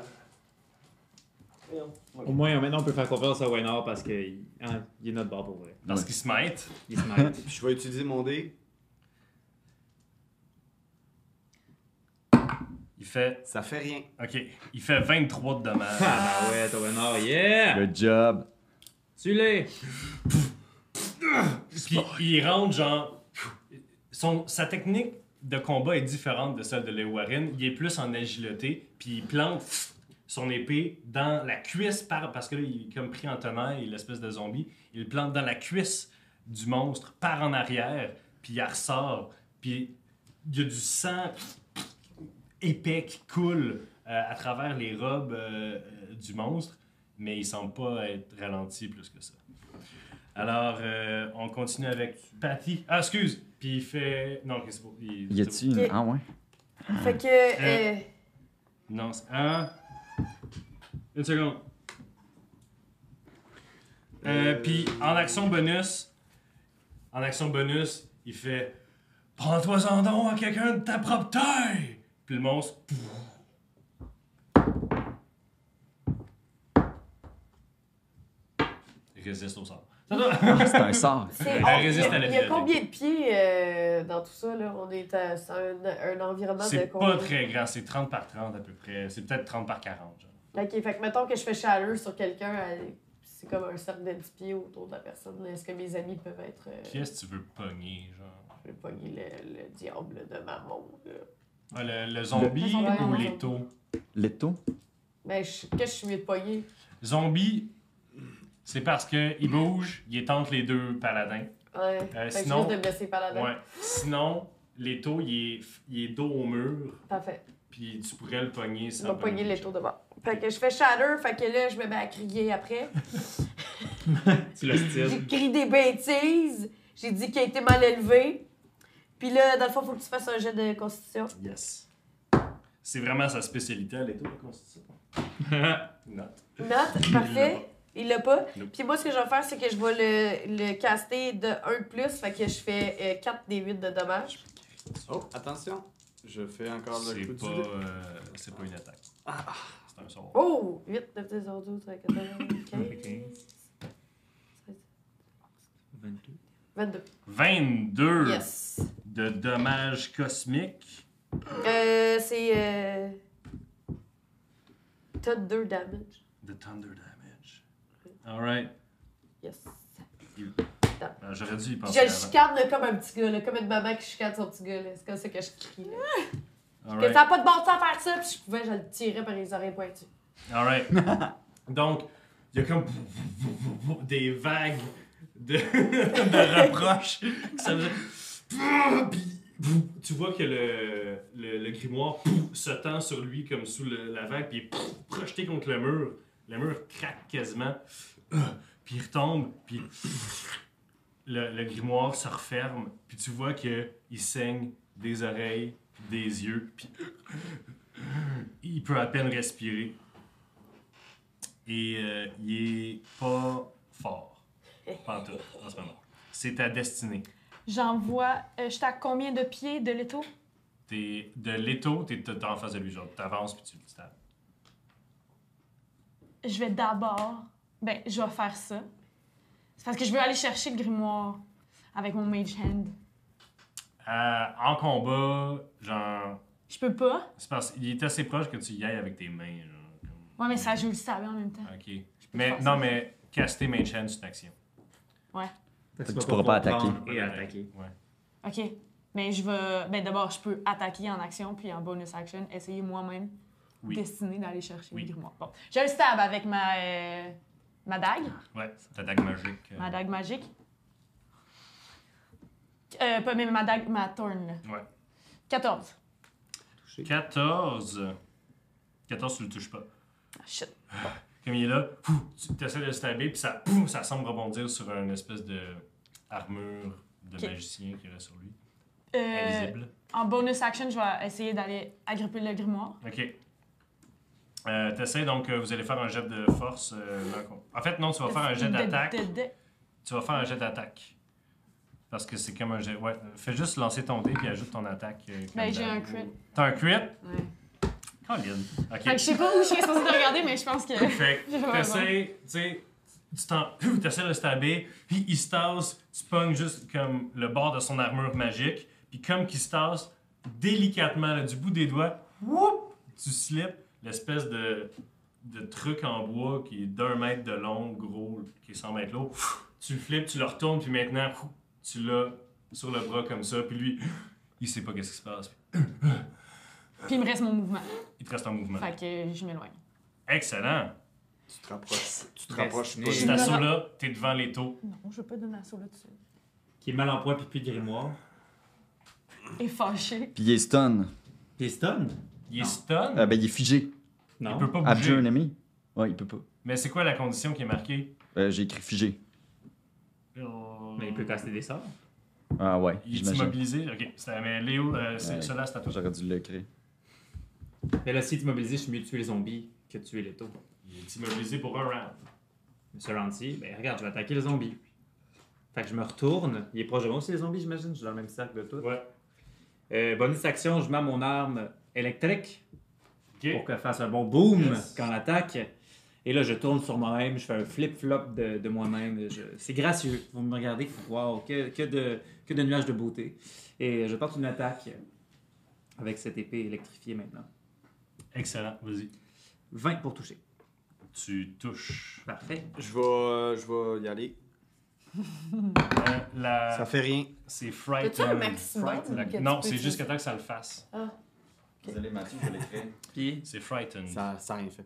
Speaker 2: Au moins, maintenant, on peut faire confiance à Waynor parce qu'il hein, il est notre bord pour vrai.
Speaker 1: Parce
Speaker 6: Ouais.
Speaker 1: qu'il smite.
Speaker 2: Il se marre.
Speaker 4: Je vais utiliser mon dé.
Speaker 1: Il fait
Speaker 4: Ça fait rien.
Speaker 1: Ok, il fait 23 de dommages.
Speaker 2: ah ouais, ton Waynor, yeah!
Speaker 6: Good job.
Speaker 2: Tu l'es!
Speaker 1: Puis il rentre genre. Son, sa technique de combat est différente de celle de Leo Warren. Il est plus en agilité, puis il plante son épée dans la cuisse, par, parce que là, il est comme pris en tenaille, l'espèce de zombie. Il le plante dans la cuisse du monstre, par en arrière, puis il ressort. Puis il y a du sang épais qui coule euh, à travers les robes euh, euh, du monstre, mais il semble pas être ralenti plus que ça. Alors, euh, on continue avec Patty. Ah, excuse! Puis il fait. Non, ok, c'est bon. Il...
Speaker 6: Y a-tu une.
Speaker 3: Ok.
Speaker 6: Ah ouais?
Speaker 3: Fait que.
Speaker 1: Euh,
Speaker 3: euh,
Speaker 1: Non, c'est. Ah! Une seconde. Euh, Puis en action bonus, en action bonus, il fait Prends-toi en don à quelqu'un de ta propre taille! Puis le monstre. pouf. Il Résiste au sort. Ça doit-
Speaker 6: C'est un sort.
Speaker 3: C'est-
Speaker 1: Elle
Speaker 3: oh, il
Speaker 1: résiste
Speaker 3: y a-
Speaker 1: à la
Speaker 3: Il y a
Speaker 1: vie.
Speaker 3: combien de pieds euh, dans tout ça? Là? On est à c'est un, un environnement de
Speaker 1: C'est
Speaker 3: combien?
Speaker 1: pas très grand, c'est 30 par 30 à peu près. C'est peut-être 30 par 40. Genre.
Speaker 3: Ok, fait que mettons que je fais chaleur sur quelqu'un, elle- c'est comme un cercle de 10 pieds autour de la personne. Est-ce que mes amis peuvent être. euh,
Speaker 1: Qu'est-ce que tu veux pogner, genre
Speaker 3: je vais pogner le, le diable de maman. Là.
Speaker 1: Ah, le, le zombie
Speaker 5: Le zombie,
Speaker 1: ou
Speaker 5: non,
Speaker 1: les
Speaker 5: non.
Speaker 1: taux
Speaker 6: Leto?
Speaker 3: Ben, je- que je suis mieux de pogner.
Speaker 1: Zombie, c'est parce que il bouge, il est entre les deux paladins.
Speaker 3: Ouais.
Speaker 1: Euh,
Speaker 3: fait que je
Speaker 1: sinon-
Speaker 3: risque de blesser par la
Speaker 1: Ouais. Sinon, l'étau, il est, il est dos au mur,
Speaker 3: Parfait.
Speaker 1: puis tu pourrais le pogner
Speaker 3: Je
Speaker 1: sans.
Speaker 3: vais pogner
Speaker 1: pogner.
Speaker 3: les tours de bord. Fait que je fais chaleur, fait que là, je me mets à crier après.
Speaker 2: Tu l'hostiles.
Speaker 3: J'ai crié des bêtises. J'ai dit qu'il a été mal élevé. Puis là, dans le fond, faut que tu fasses un jet de constitution.
Speaker 1: Yes. C'est vraiment sa spécialité à l'étau, la constitution. Not.
Speaker 3: Note, parfait. Il l'a pas.
Speaker 1: Nope.
Speaker 3: Puis moi, ce que je vais faire, c'est que je vais le, le caster de 1 de plus. Fait que je fais 4 des 8 de dommages.
Speaker 4: Oh, attention! Je fais encore le
Speaker 1: C'est
Speaker 4: coup
Speaker 1: pas,
Speaker 4: du dé.
Speaker 1: euh, c'est pas une attaque.
Speaker 3: Ah.
Speaker 1: C'est un sort.
Speaker 3: Oh! 8, 9, 10, 11, 12, 13, 14, 15, 22.
Speaker 1: 22
Speaker 3: Yes.
Speaker 1: de dommages cosmiques.
Speaker 3: Euh, c'est. Euh... T'as 2 damage.
Speaker 1: The Thunder Damage. Alright.
Speaker 3: Yes.
Speaker 1: Ah, J'aurais dû y
Speaker 3: Puis
Speaker 1: penser.
Speaker 3: je le
Speaker 1: avant.
Speaker 3: chicane là, comme un petit gars, là, comme une maman qui chicane son petit gars. là. C'est comme ça que je crie. là.
Speaker 1: Alright.
Speaker 3: Que ça n'a pas de bon sens à faire ça. Puis je pouvais, je le tirais par les oreilles pointues.
Speaker 1: Alright. Donc, il y a comme des vagues de, de reproches. que ça faisait- Puis Pouf! Tu vois que le, le, le grimoire pouf, se tend sur lui comme sous le- la vague, puis il est pouf, projeté contre le mur. Le mur craque quasiment, puis il retombe, puis le, le grimoire se referme, puis tu vois que il saigne des oreilles, puis des yeux, puis il peut à peine respirer. Et euh, il est pas fort, pas tout, en ce moment. C'est ta destinée.
Speaker 5: J'envoie. Euh, J'étais à combien de pieds de l'étau?
Speaker 1: T'es de l'étau, t'es t'es en face de lui, genre t'avances puis tu le tapes.
Speaker 5: Je vais d'abord. Ben, je vais faire ça. C'est parce que je veux aller chercher le grimoire avec mon mage hand.
Speaker 1: Euh, en combat, genre,
Speaker 5: Je peux pas.
Speaker 1: c'est parce qu'il est assez proche que tu y ailles avec tes mains. Genre, comme-
Speaker 5: Ouais, mais ça joue le saber en même temps.
Speaker 1: Ok. Mais
Speaker 5: faire
Speaker 1: non,
Speaker 5: ça.
Speaker 1: mais caster Mage Hand, c'est une action.
Speaker 6: que tu pourras pas attaquer.
Speaker 2: Et attaquer.
Speaker 1: Ouais.
Speaker 5: Ok. Mais je vais. Ben, d'abord, je peux attaquer en action, puis en bonus action, essayer moi-même,
Speaker 1: Oui.
Speaker 5: destiné d'aller chercher
Speaker 1: Oui.
Speaker 5: le grimoire. Bon. J'ai le stab avec ma. euh, ma dague.
Speaker 1: Ouais, c'est ta dague magique. euh,
Speaker 5: Ma dague magique. Euh, pas, mais ma dague, ma thorn, là.
Speaker 1: Ouais.
Speaker 5: 14.
Speaker 1: 14. 14, tu le touches pas.
Speaker 5: Ah, shit.
Speaker 1: Comme il est là, pouf, tu essaies de le stabber, puis ça, pouf, ça semble rebondir sur une espèce de armure de
Speaker 5: Ok.
Speaker 1: magicien qu'il a sur lui.
Speaker 5: Euh,
Speaker 1: Invisible.
Speaker 5: en bonus action, je vais essayer d'aller agripper le grimoire.
Speaker 1: Ok. Euh, T'essaies donc, euh, vous allez faire un jet de force. euh, l'un contre- en fait, non, tu vas faire un jet
Speaker 5: De-
Speaker 1: d'attaque.
Speaker 5: de- de-
Speaker 1: Tu vas faire un jet d'attaque. Parce que c'est comme un jet. Ouais, fais juste lancer ton dé puis ajoute ton attaque. euh, comme
Speaker 5: Ben, j'ai
Speaker 1: dans-
Speaker 5: un crit.
Speaker 1: T'as un crit?
Speaker 5: Ouais.
Speaker 1: Colin. Ok.
Speaker 5: Fait que je sais pas où je suis supposée de regarder, mais je pense que.
Speaker 1: Fait que
Speaker 5: J'ai vraiment
Speaker 1: t'essaies, tu sais, tu t'en. pfiou, T'essaies de le stabber, puis il se tasse, tu pognes juste comme le bord de son armure magique, puis comme qu'il se tasse, délicatement, là, du bout des doigts, whoop, tu slips l'espèce de, de truc en bois qui est d'un mètre de long, gros, qui est 100 mètres long. Tu le flippes, tu le retournes, puis maintenant, pfiou, tu l'as sur le bras comme ça, puis lui, il sait pas qu'est-ce qui se passe.
Speaker 5: Puis il me reste mon mouvement.
Speaker 1: Il te reste en mouvement.
Speaker 5: Fait que je m'éloigne.
Speaker 1: Excellent!
Speaker 4: Tu te rapproches. Tu te rapproches pas.
Speaker 1: Cet assaut-là, t'es devant les taux.
Speaker 5: Non, je veux pas donner un saut là-dessus.
Speaker 2: Qui est mal en point, puis plus de grimoire.
Speaker 5: Et fâché.
Speaker 6: Puis il est stun.
Speaker 2: Puis il stun.
Speaker 1: Il est
Speaker 2: Non.
Speaker 1: stun.
Speaker 6: Euh, ben, il est figé.
Speaker 1: Il
Speaker 2: Non.
Speaker 1: peut pas
Speaker 6: Abjure
Speaker 1: bouger.
Speaker 6: ennemi. Ouais, il peut pas.
Speaker 1: Mais c'est quoi la condition qui est marquée?
Speaker 6: Euh, J'ai écrit figé.
Speaker 2: Mais il peut casser des sorts.
Speaker 6: Ah ouais,
Speaker 1: Il est
Speaker 6: j'imagine.
Speaker 1: immobilisé? Ok. c'est- Mais Léo, euh, c'est
Speaker 6: Ouais.
Speaker 1: cela, c'est à toi.
Speaker 6: J'aurais dû l'écrire.
Speaker 2: Mais là, si tu mobilisé, je suis mieux de tuer les zombies que de tuer les taux.
Speaker 1: Il est immobilisé pour un round.
Speaker 2: Mais ce round-ci, ben regarde, je vais attaquer les zombies. Fait que je me retourne. Il est proche de moi aussi, les zombies, j'imagine. Je suis dans le même cercle que toi.
Speaker 1: Ouais.
Speaker 2: Euh, bonus action, je mets mon arme électrique
Speaker 1: Ok.
Speaker 2: pour qu'elle fasse un bon boom
Speaker 1: Yes.
Speaker 2: quand l'attaque. Et là, je tourne sur moi-même, je fais un flip-flop de, de moi-même. Je- C'est gracieux. Vous me regardez, wow, que, que de, que de nuages de beauté. Et je porte une attaque avec cette épée électrifiée maintenant.
Speaker 1: Excellent, vas-y.
Speaker 2: 20 pour toucher.
Speaker 1: Tu touches.
Speaker 2: Parfait.
Speaker 4: Je vais, euh, je vais y aller.
Speaker 1: Euh, la-
Speaker 4: Ça fait rien.
Speaker 1: C'est
Speaker 3: T'as-tu un
Speaker 1: frightened.
Speaker 3: maximum?
Speaker 1: La-
Speaker 3: que tu
Speaker 1: Non,
Speaker 3: peux
Speaker 1: c'est
Speaker 3: utiliser? Ah.
Speaker 1: juste qu'à temps que ça le fasse.
Speaker 6: Désolé, Mathieu, je vais l'écrire.
Speaker 2: Puis,
Speaker 1: C'est frightened.
Speaker 4: Ça ça a rien fait.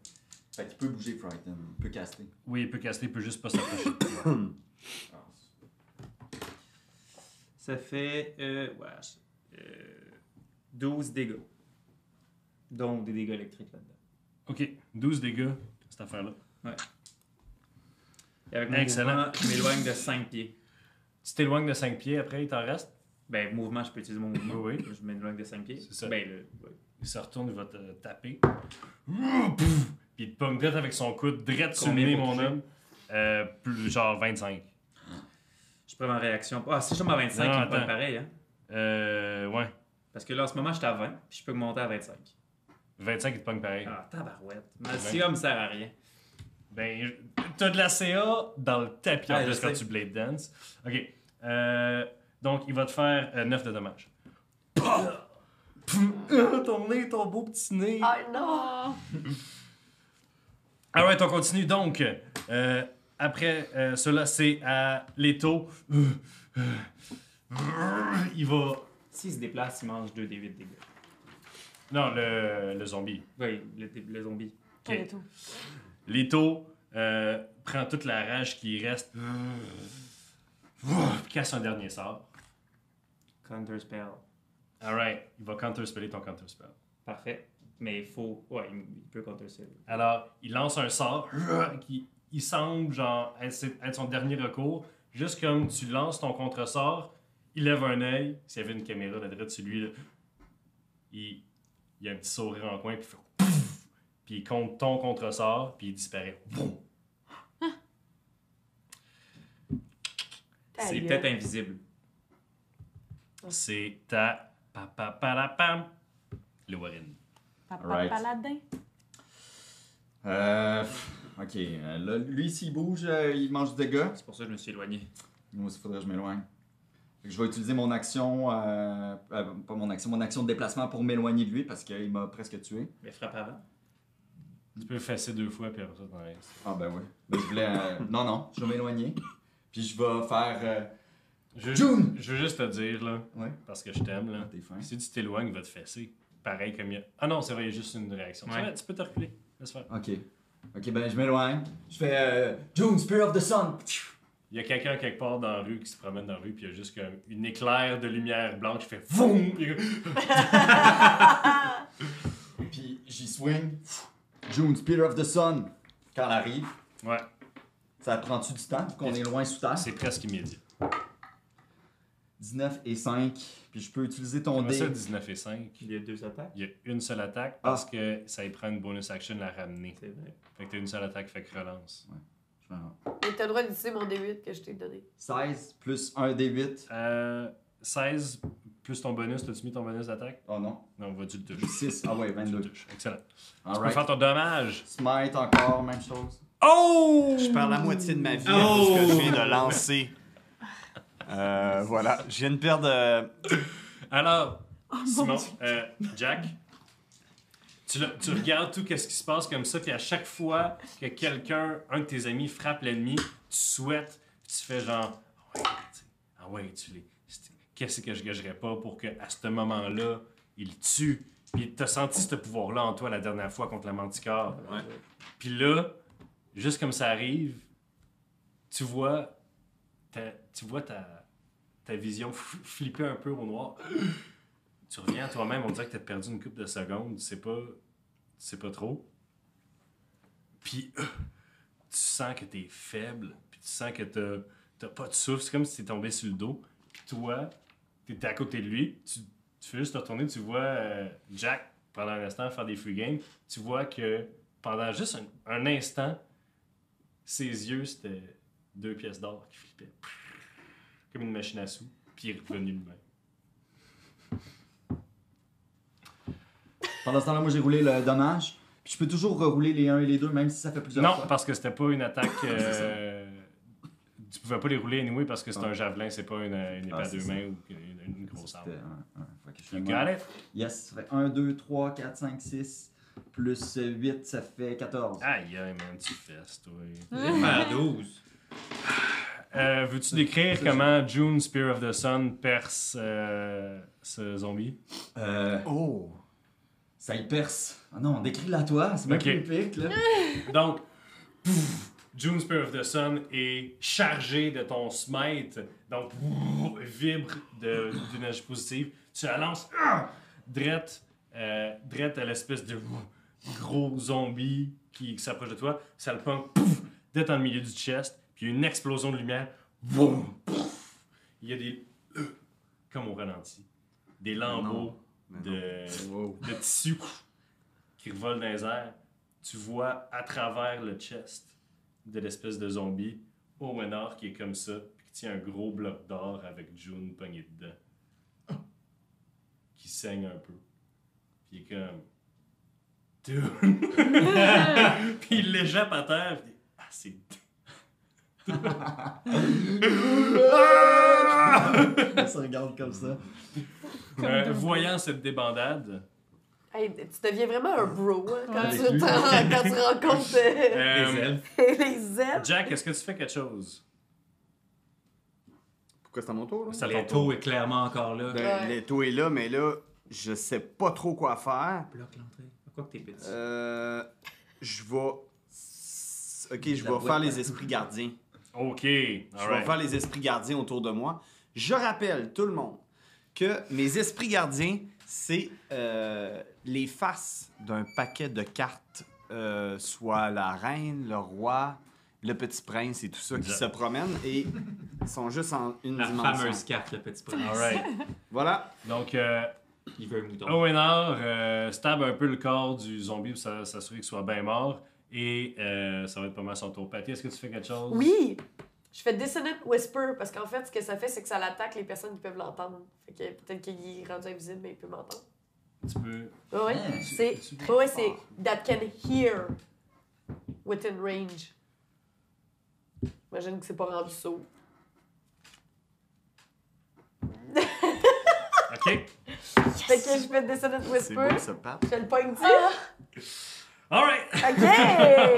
Speaker 6: Fait qu'il peut bouger, Frighten. Il peut caster.
Speaker 1: Oui, il peut casser, il peut juste pas s'approcher.
Speaker 2: ça fait euh, ouais, je- euh, 12 dégâts. Donc, des dégâts électriques là-dedans.
Speaker 1: ok, 12 dégâts, cette affaire-là.
Speaker 2: Et avec mon
Speaker 1: Excellent.
Speaker 2: mouvement, je m'éloigne de 5 pieds.
Speaker 1: Tu t'éloignes de 5 pieds, après il t'en reste.
Speaker 2: Ben, mouvement, je peux utiliser mon mouvement.
Speaker 1: Oui,
Speaker 2: Je m'éloigne de 5 pieds.
Speaker 1: C'est ça.
Speaker 2: Ben, le- ouais.
Speaker 1: Il se retourne, il va te taper. Pouf! Puis il te pomme direct avec son coude, direct sur le
Speaker 2: Combien
Speaker 1: nez,
Speaker 2: pour
Speaker 1: mon
Speaker 2: toucher?
Speaker 1: homme. Euh, plus, genre 25.
Speaker 2: Je prends ma réaction. Ah, si je tombe à 25,
Speaker 1: Non,
Speaker 2: il me pogne
Speaker 1: attends.
Speaker 2: pareil, hein.
Speaker 1: Euh, ouais.
Speaker 2: Parce que là, en ce moment, j'étais à 20, puis je peux monter à 25.
Speaker 1: 25, il te pogne pareil.
Speaker 2: Ah, tabarouette. Malcia me sert à rien.
Speaker 1: Ben, je- t'as de la CA dans le tapis en
Speaker 2: Ouais, je
Speaker 1: plus quand
Speaker 2: sais.
Speaker 1: tu blade dance. Ok. Euh, donc, il va te faire 9 de dommages. Pouf! Ah, ton nez, ton beau petit nez.
Speaker 3: Ah non!
Speaker 1: Alright, on continue donc. Euh, après euh, cela, c'est à l'étau. Il va.
Speaker 2: S'il se déplace, il mange 2 des 8 dégâts.
Speaker 1: Non, le, le zombie.
Speaker 2: Oui, le, le zombie.
Speaker 5: Pas
Speaker 1: Ok.
Speaker 5: l'étau.
Speaker 1: Leto euh, prend toute la rage qui reste. Ouh, Casse un dernier sort.
Speaker 2: Counter spell.
Speaker 1: Alright, il va counterspeller ton counterspell.
Speaker 2: Parfait. Mais il faut. Ouais, il il peut counter ça.
Speaker 1: Alors, il lance un sort qui il semble genre être, c'est- être son dernier recours. Juste comme tu lances ton contresort, il lève un œil. S'il y avait une caméra là, direct sur lui, là, il, il a un petit sourire en coin, puis il fait pouf! Puis il compte ton contresort, puis il disparaît. Boum!
Speaker 3: Ta
Speaker 2: C'est
Speaker 3: gueule.
Speaker 2: peut-être invisible.
Speaker 1: C'est ta pa pa pa la pam. Le Warren.
Speaker 5: Papa
Speaker 6: Alright.
Speaker 5: paladin.
Speaker 6: Euh, pff, ok, euh, là, lui, s'il bouge, euh, il mange du dégât.
Speaker 2: C'est pour ça que je me suis éloigné.
Speaker 6: Moi aussi, faudrait que je m'éloigne. Fait que Je vais utiliser mon action, euh, euh, pas mon action, mon action de déplacement pour m'éloigner de lui parce qu'il m'a presque tué.
Speaker 2: Mais frappe avant.
Speaker 1: Tu peux effacer deux fois, puis après ça, t'en restes.
Speaker 6: Ah ben oui. Ben, je voulais, euh, non, non, je vais m'éloigner. Puis je vais faire... euh,
Speaker 1: Je,
Speaker 6: June!
Speaker 1: je veux juste te dire, là,
Speaker 6: Ouais. Ah,
Speaker 1: parce que je t'aime, là.
Speaker 6: T'es fin.
Speaker 1: Si tu t'éloignes, il va te fesser. Pareil comme il y a. Ah non, c'est vrai, il y a juste une réaction.
Speaker 2: Ouais.
Speaker 1: Ouais. Tu peux te reculer. Laisse faire.
Speaker 6: Ok. Ok, ben je m'éloigne. Je fais euh, June, Spear of the Sun.
Speaker 1: Il y a quelqu'un quelque part dans la rue qui se promène dans la rue, puis il y a juste comme une éclair de lumière blanche qui fait VOUM! Puis il-
Speaker 6: Puis j'y swing. June, Spear of the Sun. Quand elle arrive,
Speaker 1: Ouais,
Speaker 6: ça prend-tu du temps vu qu'on est loin sous terre?
Speaker 1: c'est presque immédiat.
Speaker 6: 19 et 5. Puis je peux utiliser ton
Speaker 1: Comment
Speaker 6: dé. Ah.
Speaker 1: ça, 19 et 5?
Speaker 2: Il y a deux attaques.
Speaker 1: Il y a une seule attaque parce que ça y prend une bonus action à ramener.
Speaker 2: C'est vrai.
Speaker 1: Fait que t'as une seule attaque, fait que relance.
Speaker 6: Je vais en-
Speaker 3: Mais t'as le droit d'utiliser mon D8 que je t'ai donné.
Speaker 6: 16 plus 1 d 8.
Speaker 1: Euh, 16 plus ton bonus, t'as-tu mis ton bonus d'attaque?
Speaker 6: Oh non.
Speaker 1: Non, vas-tu le toucher?
Speaker 6: 6. Ah ouais,
Speaker 1: Tu le
Speaker 6: 22.
Speaker 1: touches. Excellent. Tu peux faire
Speaker 6: Alright.
Speaker 1: ton dommage.
Speaker 6: Smite encore, même chose.
Speaker 1: Oh!
Speaker 4: Je perds la moitié de ma vie
Speaker 2: Oh!
Speaker 4: parce que je viens de lancer. Euh, voilà, je viens de perdre. euh,
Speaker 1: Alors, Simon, euh, Jack, tu, le- tu regardes tout quest ce qui se passe comme ça, puis à chaque fois que quelqu'un, un de tes amis, frappe l'ennemi, tu souhaites, puis tu fais genre, ah ouais, tu sais, ah ouais, tu l'es. c'était- Qu'est-ce que je gagerais pas pour que à ce moment-là, il le tue. Puis t'as senti ce pouvoir-là en toi la dernière fois contre la Manticore.
Speaker 4: Ouais.
Speaker 1: Puis là, juste comme ça arrive, tu vois, ta- tu vois ta, ta vision f- flipper un peu au noir. Tu reviens à toi-même, on dirait que t'as perdu une coupe de secondes, tu sais pas, tu sais pas trop. Puis euh, tu sens que t'es faible, puis tu sens que t'as, t'as pas de souffle, c'est comme si t'es tombé sur le dos. Puis toi, t'étais à côté de lui, tu, tu fais juste te retourner, tu vois euh, Jack pendant un instant faire des free games, tu vois que pendant juste un, un instant, ses yeux c'était deux pièces d'or qui flippaient. Comme une machine à sous, puis il est revenu le même.
Speaker 6: Pendant ce temps-là, moi j'ai roulé le dommage. Puis je peux toujours rerouler les 1 et les 2, même si ça fait plusieurs
Speaker 1: Non,
Speaker 6: fois. Ah,
Speaker 1: parce que c'était pas une attaque. euh, tu pouvais pas les rouler anyway parce que c'est
Speaker 6: Ah.
Speaker 1: un javelin, c'est pas une, une épée
Speaker 6: Ah,
Speaker 1: à
Speaker 6: c'est
Speaker 1: deux
Speaker 6: ça.
Speaker 1: mains ou une, une grosse arme.
Speaker 6: C'était un, un. Fait que je fais
Speaker 1: You
Speaker 6: moi.
Speaker 1: got it?
Speaker 6: Yes, ça fait 1, 2, 3, 4, 5, 6. Plus 8, ça fait 14.
Speaker 1: Aïe, aïe, man, tu fesses, toi.
Speaker 2: Vers 12.
Speaker 1: Euh, Veux-tu décrire comment June, Spear of the Sun, perce euh, ce zombie?
Speaker 6: Euh,
Speaker 4: Oh!
Speaker 6: ça y perce. Ah non, décris-la toi, c'est moi
Speaker 1: Ok.
Speaker 6: qui le pique là.
Speaker 1: Donc, pouf, June Spear of the Sun est chargé de ton smite, donc pouf, vibre de- d'énergie positive. Tu la lances ah, drette, euh, drette à l'espèce de pouf, gros zombie qui s'approche de toi. Ça le punk pouf, drette dans le milieu du chest, puis une explosion de lumière. Boum, pouf. Il y a des. euh, comme au ralenti. Des lambeaux
Speaker 4: Mais non.
Speaker 1: de
Speaker 6: Wow.
Speaker 1: le tissu qui revole dans les airs, tu vois à travers le chest de l'espèce de zombie Owenor qui est comme ça, puis qui tient un gros bloc d'or avec June pogné dedans, qui saigne un peu. Puis il est comme. Dude! puis il l'échappe à terre, puis il est, Ah, c'est.
Speaker 6: Elle se regarde comme ça.
Speaker 1: Euh, voyant cette débandade,
Speaker 3: Hey, tu deviens vraiment un bro hein, quand,
Speaker 5: Ouais.
Speaker 3: tu, quand tu rencontres euh,
Speaker 1: euh,
Speaker 2: Des elfes.
Speaker 3: les ailes.
Speaker 1: Jack, est-ce que tu fais quelque chose?
Speaker 4: Pourquoi c'est à mon tour, là?
Speaker 1: Ça
Speaker 2: Les taux est clairement encore là.
Speaker 4: Ben,
Speaker 3: Ouais.
Speaker 4: L'étau est là, mais là, je sais pas trop quoi faire.
Speaker 2: Bloque l'entrée. Quoi que t'es petit.
Speaker 4: Euh, je vais. s- Ok, je
Speaker 6: La
Speaker 4: vais
Speaker 6: boîte,
Speaker 4: faire
Speaker 6: hein.
Speaker 4: les esprits gardiens.
Speaker 1: Ok,
Speaker 4: Je vais
Speaker 1: alright.
Speaker 4: faire les esprits gardiens autour de moi. Je rappelle tout le monde que mes esprits gardiens, c'est euh, les faces d'un paquet de cartes, euh, soit la reine, le roi, le petit prince et tout ça, qui
Speaker 1: Exact.
Speaker 4: se promènent et sont juste en une
Speaker 2: La
Speaker 4: dimension.
Speaker 2: fameuse carte, le petit prince.
Speaker 1: All right.
Speaker 4: Voilà.
Speaker 1: Donc, euh,
Speaker 2: Il veut un mouton.
Speaker 1: Owenor euh, stab un peu le corps du zombie pour s'a- s'assurer qu'il soit bien mort. Et euh, ça va être pas mal son tour. Patty, est-ce que tu fais quelque chose?
Speaker 3: Oui! Je fais Dissonant Whisper parce qu'en fait, ce que ça fait, c'est que ça l'attaque les personnes qui peuvent l'entendre. Fait que peut-être qu'il est rendu invisible, mais il peut m'entendre.
Speaker 1: Tu peux.
Speaker 3: Oui, oui.
Speaker 4: Ah,
Speaker 6: Hmm.
Speaker 3: Ah C'est.
Speaker 1: Tu-
Speaker 3: Oui, c'est. That can hear within range. J'imagine que c'est pas rendu sourd.
Speaker 1: Ok.
Speaker 3: Fait que je fais Dissonant
Speaker 4: C'est beau
Speaker 3: Whisper.
Speaker 4: ça, Pat.
Speaker 3: Je fais le Ah, point de
Speaker 1: All right.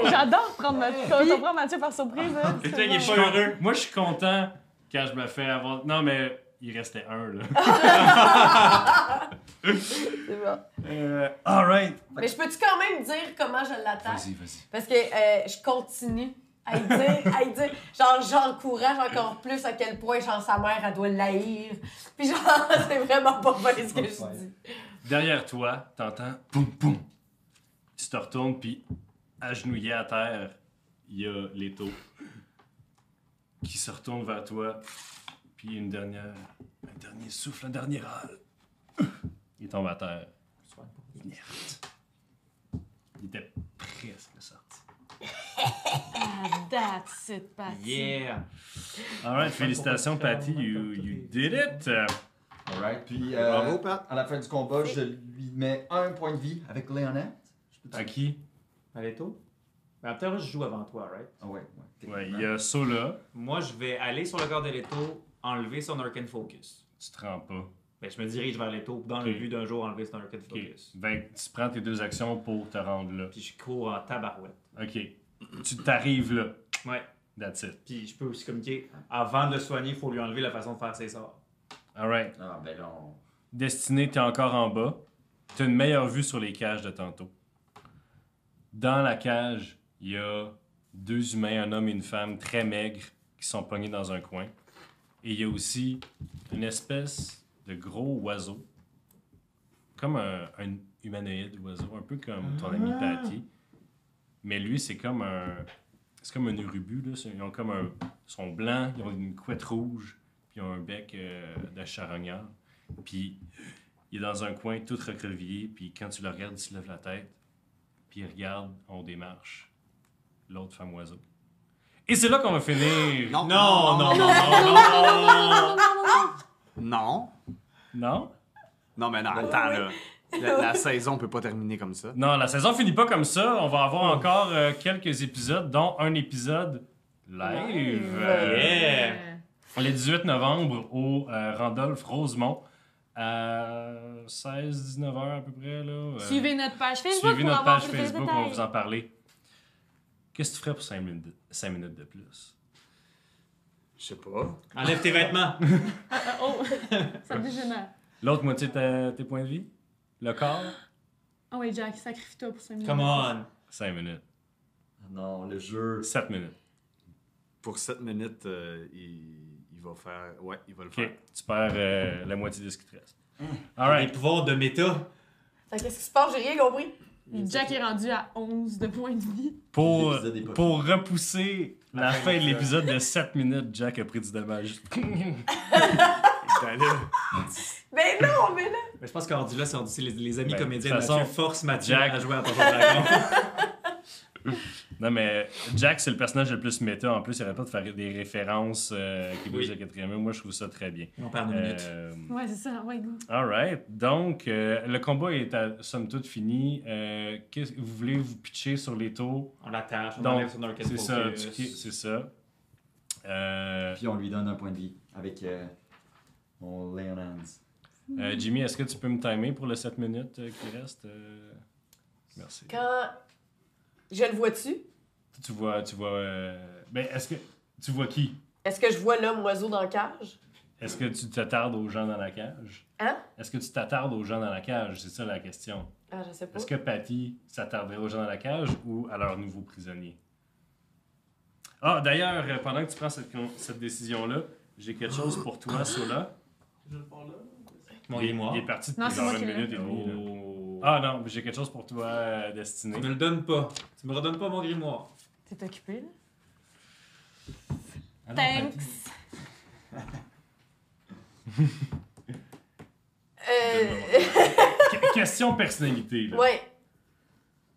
Speaker 3: OK!
Speaker 5: J'adore prendre Mathieu.
Speaker 3: Puis-
Speaker 5: T'en prends Mathieu par surprise. hein.
Speaker 1: Là, il est
Speaker 5: C'est
Speaker 1: pas heureux. Moi, je suis content quand je me fais avoir. Non, mais il restait un, là.
Speaker 3: C'est bon.
Speaker 1: Euh, all right.
Speaker 3: Mais je peux-tu quand même dire comment je l'attaque?
Speaker 1: Vas-y, vas-y.
Speaker 3: Parce que euh, je continue à y dire, à y dire. Genre, j'encourage encore plus à quel point, genre, sa mère, elle doit l'haïr. Puis genre, c'est vraiment pas vrai ce que je dis.
Speaker 1: Derrière toi, t'entends boum, boum. Tu te retournes, puis agenouillé à terre, il y a les taux qui se retournent vers toi, puis une dernière, un dernier souffle, un dernier râle. Il tombe à terre, inerte. Il était presque sorti.
Speaker 5: Ah, That's it, Patty.
Speaker 2: Yeah!
Speaker 1: All right, félicitations, Patty, you, you did it! Euh,
Speaker 6: Alright, puis euh,
Speaker 4: Bravo, Pat.
Speaker 6: à la fin du combat, je lui mets un point de vie avec Léonette.
Speaker 1: À qui?
Speaker 2: Allez, tôt? Ben, peut-être je joue avant toi, right?
Speaker 6: Ah ouais, ouais.
Speaker 1: Ouais, il y a Sola,
Speaker 2: Moi, je vais aller sur le corps de Leto, enlever son Arcane Focus.
Speaker 1: tu te rends pas.
Speaker 2: Ben, je me dirige vers Leto dans
Speaker 1: Ok.
Speaker 2: le but d'un jour enlever son Arcane
Speaker 1: Ok,
Speaker 2: Focus.
Speaker 1: fait que Ben, tu prends tes deux actions pour te rendre là.
Speaker 2: Puis je cours en tabarouette.
Speaker 1: Ok, tu t'arrives là.
Speaker 2: Ouais.
Speaker 1: That's it.
Speaker 2: Puis je peux aussi communiquer, avant de le soigner, il faut lui enlever la façon de faire ses sorts.
Speaker 1: All right.
Speaker 6: Ah ben là, on...
Speaker 1: Destiné, t'es encore en bas. T'as une meilleure vue sur les cages de tantôt. Dans la cage, il y a deux humains, un homme et une femme, très maigres, qui sont pognés dans un coin. Et il y a aussi une espèce de gros oiseau, comme un, un humanoïde oiseau, un peu comme ton ami
Speaker 2: Ah.
Speaker 1: Patty. Mais lui, c'est comme un... C'est comme un urubu, là. C'est- Ils ont comme un... Ils sont blancs, ils ont une couette rouge, puis ils ont un bec euh, de charognard. Puis il est dans un coin tout recroquevillé, puis quand tu le regardes, il se lève la tête, puis il regarde, on démarche. L'autre femme oiseau. Et c'est là qu'on va finir.
Speaker 4: Non,
Speaker 2: Non, non, non, non,
Speaker 4: Non.
Speaker 1: Non?
Speaker 4: Non, mais non, attends, là. La, la saison peut pas terminer comme ça.
Speaker 1: Non, la saison finit pas comme ça. On va avoir encore euh, quelques épisodes, dont un épisode live.
Speaker 3: Live.
Speaker 2: Yeah!
Speaker 5: Euh,
Speaker 1: Le 18 novembre au euh, Randolph Rosemont à 16-19 heures à peu près. Là, Euh,
Speaker 5: Suivez notre page Facebook.
Speaker 1: Suivez
Speaker 5: pour
Speaker 1: notre
Speaker 5: avoir
Speaker 1: page
Speaker 5: plus de
Speaker 1: Facebook, on va
Speaker 5: détails.
Speaker 1: vous en parler. Qu'est-ce que tu ferais pour 5 minutes, de- cinq minutes de plus?
Speaker 4: Je sais pas.
Speaker 2: Enlève tes vêtements!
Speaker 5: Ah, oh, ça dégénère.
Speaker 1: L'autre moitié de ta- tes points de vie? Le corps?
Speaker 5: Oh, ouais, Jack, sacrifie-toi pour 5 minutes.
Speaker 2: Come on!
Speaker 1: 5 minutes.
Speaker 6: non, le jeu.
Speaker 1: 7 minutes.
Speaker 4: Pour 7 minutes, euh, il, il va faire. Ouais, il va le
Speaker 1: OK.
Speaker 4: faire.
Speaker 1: Tu perds euh, la moitié de ce qui te reste. All
Speaker 2: Les
Speaker 1: right.
Speaker 2: pouvoirs de méta.
Speaker 3: Fait que Qu'est-ce qui se passe? J'ai rien compris.
Speaker 5: Mm, Jack est rendu à 11 de points de vie.
Speaker 1: Pour,
Speaker 6: L'épisode est pas
Speaker 1: pour repousser la fin de l'épisode de 7 minutes, Jack a pris du dommage.
Speaker 4: Ben là,
Speaker 3: Ben non, mais là.
Speaker 2: Mais je pense qu'on dit là, c'est rendu- c'est les, les amis
Speaker 1: Ben,
Speaker 2: comédiens
Speaker 1: de
Speaker 2: de
Speaker 1: toute façon,
Speaker 2: Mathieu force Mathieu
Speaker 1: Jack-
Speaker 2: à jouer à Donjon Dragon.
Speaker 1: non, mais Jack, c'est le personnage le plus méta. En plus, il arrête pas de faire des références euh, qui bougent
Speaker 2: Oui.
Speaker 1: la quatrième. Moi, je trouve ça très bien.
Speaker 2: On perd une minutes.
Speaker 1: Euh,
Speaker 5: Ouais, c'est ça. Ouais, go.
Speaker 1: All right. Donc, euh, le combat est à, somme toute fini. Euh, qu'est-ce- vous voulez vous pitcher sur les taux?
Speaker 2: On l'attache, on
Speaker 1: Donc,
Speaker 2: enlève son orchestre
Speaker 1: C'est ça.
Speaker 2: focus.
Speaker 1: tu ki- C'est ça. Euh,
Speaker 6: Puis on lui donne un point de vie avec euh, mon Léonance.
Speaker 1: euh, Jimmy, est-ce que tu peux me timer pour les 7 minutes euh, qui restent? Euh, Merci.
Speaker 3: Quand. Je le vois-tu?
Speaker 1: Tu vois... Tu vois euh, ben, est-ce que... Tu vois qui?
Speaker 3: Est-ce que je vois l'homme oiseau dans la cage?
Speaker 1: Est-ce que tu t'attardes aux gens dans la cage?
Speaker 3: Hein?
Speaker 1: Est-ce que tu t'attardes aux gens dans la cage? C'est ça la question.
Speaker 3: Ah, je sais pas.
Speaker 1: Est-ce que Patty s'attarderait aux gens dans la cage ou à leurs nouveaux prisonniers? Ah, d'ailleurs, euh, pendant que tu prends cette, con- cette décision-là, j'ai quelque chose pour toi, Sola.
Speaker 2: Mon
Speaker 1: il,
Speaker 2: grimoire.
Speaker 1: il est parti
Speaker 5: Non,
Speaker 1: depuis
Speaker 5: c'est moi
Speaker 1: genre une
Speaker 5: qui l'ai.
Speaker 1: minute et demie. là.
Speaker 7: Oh.
Speaker 1: Ah non, j'ai quelque chose pour toi, euh, Destiné.
Speaker 7: Tu me le donnes pas. Tu me redonnes pas mon grimoire.
Speaker 5: T'es occupé, là?
Speaker 2: Ah non, papy.
Speaker 5: Thanks!
Speaker 3: Euh,
Speaker 1: Que- Question personnalité. Là.
Speaker 3: ouais.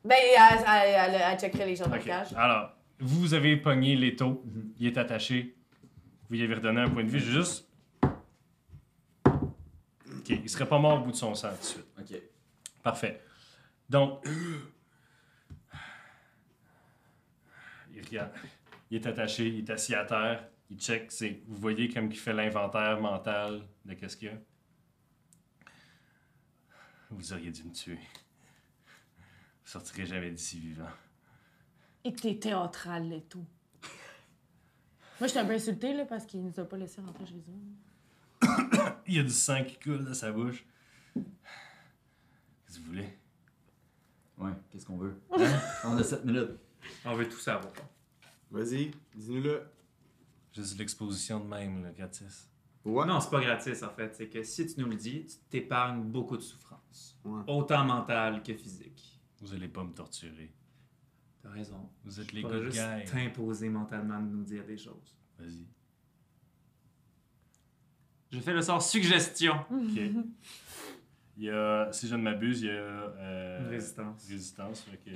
Speaker 3: Ben, elle, elle, elle- elle checkerait les gens dans
Speaker 1: Ok.
Speaker 3: la cage.
Speaker 1: Alors, vous avez pogné l'étau,
Speaker 6: Mhm.
Speaker 1: il est attaché. Vous lui avez redonné un point de vue, juste. Ok, il serait pas mort au bout de son sang tout de suite.
Speaker 6: Ok.
Speaker 1: Parfait. Donc, il regarde. Il est attaché, il est assis à terre, il check. c'est- Vous voyez comme qu'il fait l'inventaire mental de qu'est-ce qu'il y a. Vous auriez dû me tuer. Vous sortirez jamais d'ici vivant.
Speaker 5: Et que t'es théâtral et tout. Moi, j'étais un peu insultée, là, parce qu'il nous a pas laissé rentrer chez eux.
Speaker 1: Il y a du sang qui coule de sa bouche. Qu'est-ce que vous voulez?
Speaker 6: Ouais, qu'est-ce qu'on veut? Hein? On a 7 minutes.
Speaker 7: On veut tout savoir.
Speaker 4: Vas-y, dis-nous-le.
Speaker 1: Juste l'exposition de même, le gratis.
Speaker 4: Ouais.
Speaker 2: Non, c'est pas gratis en fait. C'est que si tu nous le dis, tu t'épargnes beaucoup de souffrance.
Speaker 4: Ouais.
Speaker 2: Autant mentale que physique.
Speaker 1: Vous allez pas me torturer.
Speaker 2: T'as raison.
Speaker 1: Vous êtes
Speaker 2: Je
Speaker 1: les
Speaker 2: pourrais
Speaker 1: good
Speaker 2: juste
Speaker 1: guys.
Speaker 2: t'imposer mentalement de nous dire des choses.
Speaker 1: Vas-y.
Speaker 2: Je fais le sort suggestion.
Speaker 1: Ok. Il y a, si je ne m'abuse, il y a. euh,
Speaker 2: Une résistance.
Speaker 1: Résistance, fait que-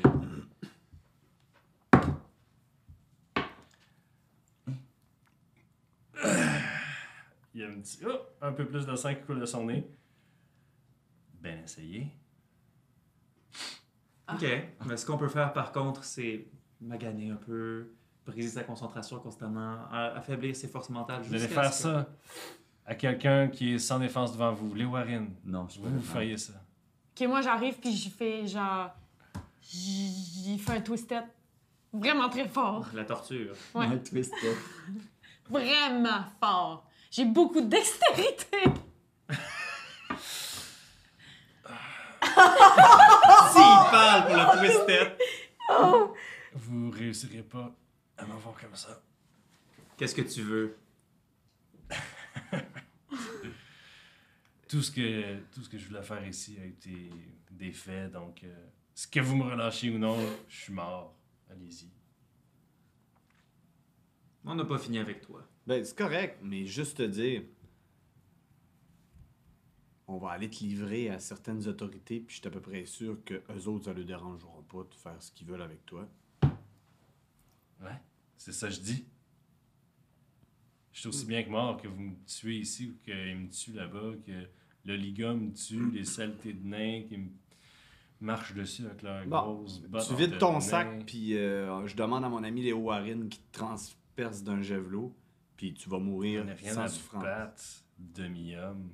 Speaker 1: Il y a un petit. Oh, un peu plus de sang qui coule de son nez. Ben, essayez.
Speaker 2: Ok. Mais ce qu'on peut faire par contre, c'est maganer un peu, briser sa concentration constamment, a- affaiblir ses forces mentales.
Speaker 1: Vous allez
Speaker 2: jusqu'à
Speaker 1: faire
Speaker 2: ce que-
Speaker 1: ça à quelqu'un qui est sans défense devant vous. Les Warren,
Speaker 6: Non, je
Speaker 1: je
Speaker 6: peux
Speaker 1: veux que vous feriez ça.
Speaker 5: Ok, moi, j'arrive, puis j'y fais, genre... J'y fais un twisted. Vraiment très fort.
Speaker 2: La torture.
Speaker 5: Ouais.
Speaker 6: Un twist.
Speaker 5: Vraiment fort. J'ai beaucoup de dextérité.
Speaker 1: Ah!
Speaker 2: S'il parle pour la twisted.
Speaker 1: Vous réussirez pas à m'avoir comme ça.
Speaker 2: Qu'est-ce que tu veux?
Speaker 1: Tout ce que, tout ce que je voulais faire ici a été défait, donc euh, ce que vous me relâchez ou non, je suis mort. Allez-y.
Speaker 2: On n'a pas fini avec toi.
Speaker 4: Ben, c'est correct, mais juste te dire. On va aller te livrer à certaines autorités, puis je suis à peu près sûr que eux autres, ça ne dérangera pas de faire ce qu'ils veulent avec toi.
Speaker 1: Ouais, c'est ça que je dis. Je suis
Speaker 4: Mm.
Speaker 1: aussi bien que mort que vous me tuez ici ou qu'ils me tuent là-bas, que le Liga me tue, les saletés de nains qui me marchent dessus avec leur
Speaker 4: Bon,
Speaker 1: grosse botte
Speaker 4: tu
Speaker 1: en
Speaker 4: vides ton
Speaker 1: nain.
Speaker 4: sac, puis euh, je demande à mon ami Léo Warren qui te transperce d'un javelot, puis tu vas
Speaker 1: Il
Speaker 4: mourir
Speaker 1: n'y a rien
Speaker 4: sans
Speaker 1: à
Speaker 4: souffrance.
Speaker 1: battre, demi-homme.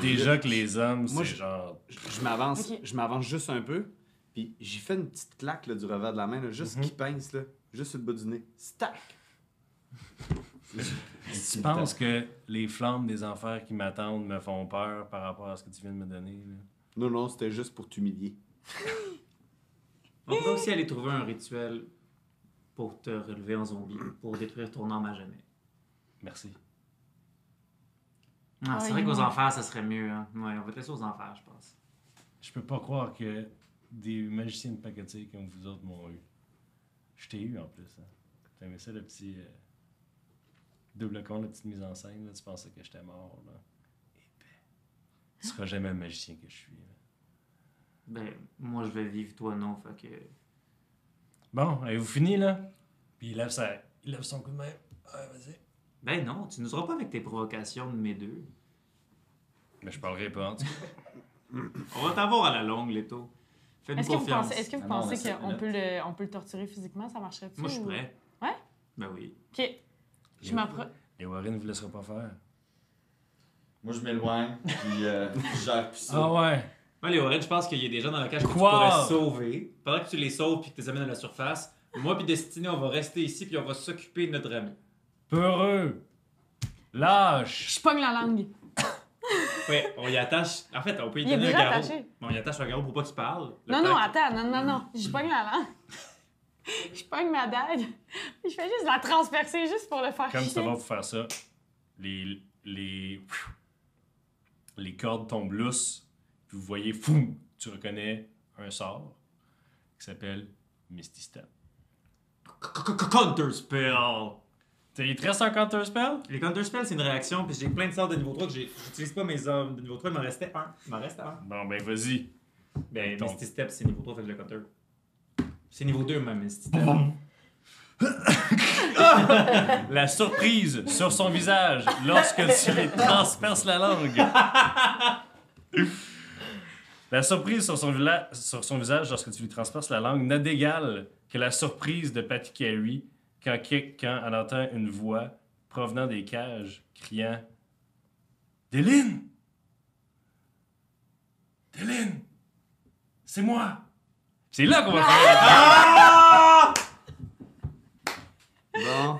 Speaker 1: Déjà que les hommes,
Speaker 4: Moi,
Speaker 1: c'est
Speaker 4: je-
Speaker 1: genre.
Speaker 4: Je je m'avance
Speaker 5: Ok.
Speaker 4: je m'avance juste un peu, puis j'y fais une petite claque là, du revers de la main, là, juste
Speaker 1: Mhm.
Speaker 4: qui pince, là, juste sur le bout du nez. Stack!
Speaker 1: Tu penses que les flammes des enfers qui m'attendent me font peur par rapport à ce que tu viens de me donner? là?
Speaker 4: Non, non, c'était juste pour t'humilier.
Speaker 2: On pourrait aussi aller trouver un rituel pour te relever en zombie, pour détruire ton âme à jamais.
Speaker 1: Merci.
Speaker 2: Ah, c'est
Speaker 5: Ah,
Speaker 2: vrai
Speaker 5: il
Speaker 2: qu'aux
Speaker 5: manque.
Speaker 2: enfers, ça serait mieux. Hein? Ouais, on va te laisser aux enfers, je pense.
Speaker 1: Je peux pas croire que des magiciens de pacotille comme vous autres m'ont eu. Je t'ai eu en plus. Hein. T'aimais ça le petit euh, double con, la petite mise en scène, là, tu pensais que j'étais mort. Là. Épais. Tu seras jamais un magicien que je suis. là.
Speaker 2: Ben, moi, je vais vivre, toi, non. Fait que...
Speaker 1: Bon, avez-vous fini là? Puis il lève, sa... il lève son coup de main. Ouais, vas-y.
Speaker 2: Ben non, tu nous auras pas avec tes provocations de mes deux.
Speaker 1: Mais je parlerai pas en tout cas.
Speaker 2: On va t'avoir à la longue, Leto. Fais-nous
Speaker 5: Est-ce que vous
Speaker 2: confiance.
Speaker 5: pensez, est-ce que vous
Speaker 6: Ah non, on a
Speaker 5: pensez
Speaker 6: sept
Speaker 5: qu'on
Speaker 6: minutes.
Speaker 5: peut le, on peut le torturer physiquement? Ça marcherait-tu?
Speaker 2: Moi, je suis
Speaker 5: ou-
Speaker 2: prêt.
Speaker 5: Ouais?
Speaker 2: Ben oui.
Speaker 5: Ok. Je m'approche.
Speaker 1: Les Warren vous laisseront pas faire.
Speaker 6: Moi, je m'éloigne, puis euh, je gère plus ça.
Speaker 1: Ah ouais?
Speaker 2: Moi, les Warren, je pense qu'il y a des gens dans la cage que
Speaker 1: Quoi?
Speaker 2: tu pourrais sauver. Pendant que tu les sauves puis que tu les amènes à la surface, moi puis Destiné, on va rester ici puis on va s'occuper de notre ami.
Speaker 1: Peureux! Lâche!
Speaker 5: Je pogne la langue.
Speaker 2: Ouais, on y attache. En fait, on peut y
Speaker 5: Il est
Speaker 2: donner un
Speaker 5: déjà
Speaker 2: garrot.
Speaker 5: attaché.
Speaker 2: Mais on y attache un garrot pour pas qu'il parle. Le
Speaker 5: Non,
Speaker 2: temps
Speaker 5: non,
Speaker 2: qu'il-
Speaker 5: attends, non, non, non. Je pogne la langue. Je pogne ma dague. Puis je fais juste la transpercer juste pour le faire
Speaker 1: Comme
Speaker 5: chier.
Speaker 1: ça va pour faire ça, les. les. les cordes tombent lousses, puis vous voyez, foum, tu reconnais un sort qui s'appelle Misty Step.
Speaker 7: Counter spell.
Speaker 1: T'as- Il te reste un counter spell?
Speaker 7: Les counter spells, c'est une réaction, puis j'ai plein de sorts de niveau 3 que j'ai- j'utilise pas mes armes de niveau 3, il m'en restait un. Il m'en reste un.
Speaker 1: Bon, ben vas-y.
Speaker 7: Ben,
Speaker 1: Ton-
Speaker 7: Misty Step, c'est niveau 3, fait que le counter. C'est niveau 2, même, Misty Step.
Speaker 1: La surprise sur son visage lorsque tu lui transperces la langue. La surprise sur son, vila- sur son visage lorsque tu lui transperces la langue n'a d'égal que la surprise de Patty Carey quand, quand elle entend une voix provenant des cages criant Déline Déline C'est moi C'est là qu'on va faire
Speaker 4: Bon.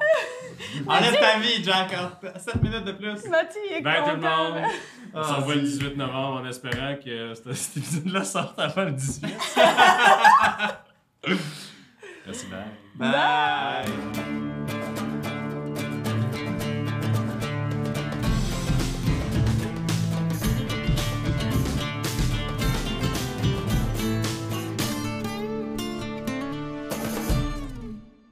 Speaker 7: Enlève ta vie, Jack,
Speaker 6: hein.
Speaker 7: 7 minutes de plus.
Speaker 5: Mathieu il est
Speaker 1: Bye Ben, tout le
Speaker 5: content,
Speaker 1: monde
Speaker 5: là.
Speaker 1: On
Speaker 7: Ah,
Speaker 1: s'envoie le
Speaker 7: si.
Speaker 1: 18 novembre en espérant que euh, cet cet épisode-là sorte avant le 18. Merci, bye.
Speaker 4: Bye.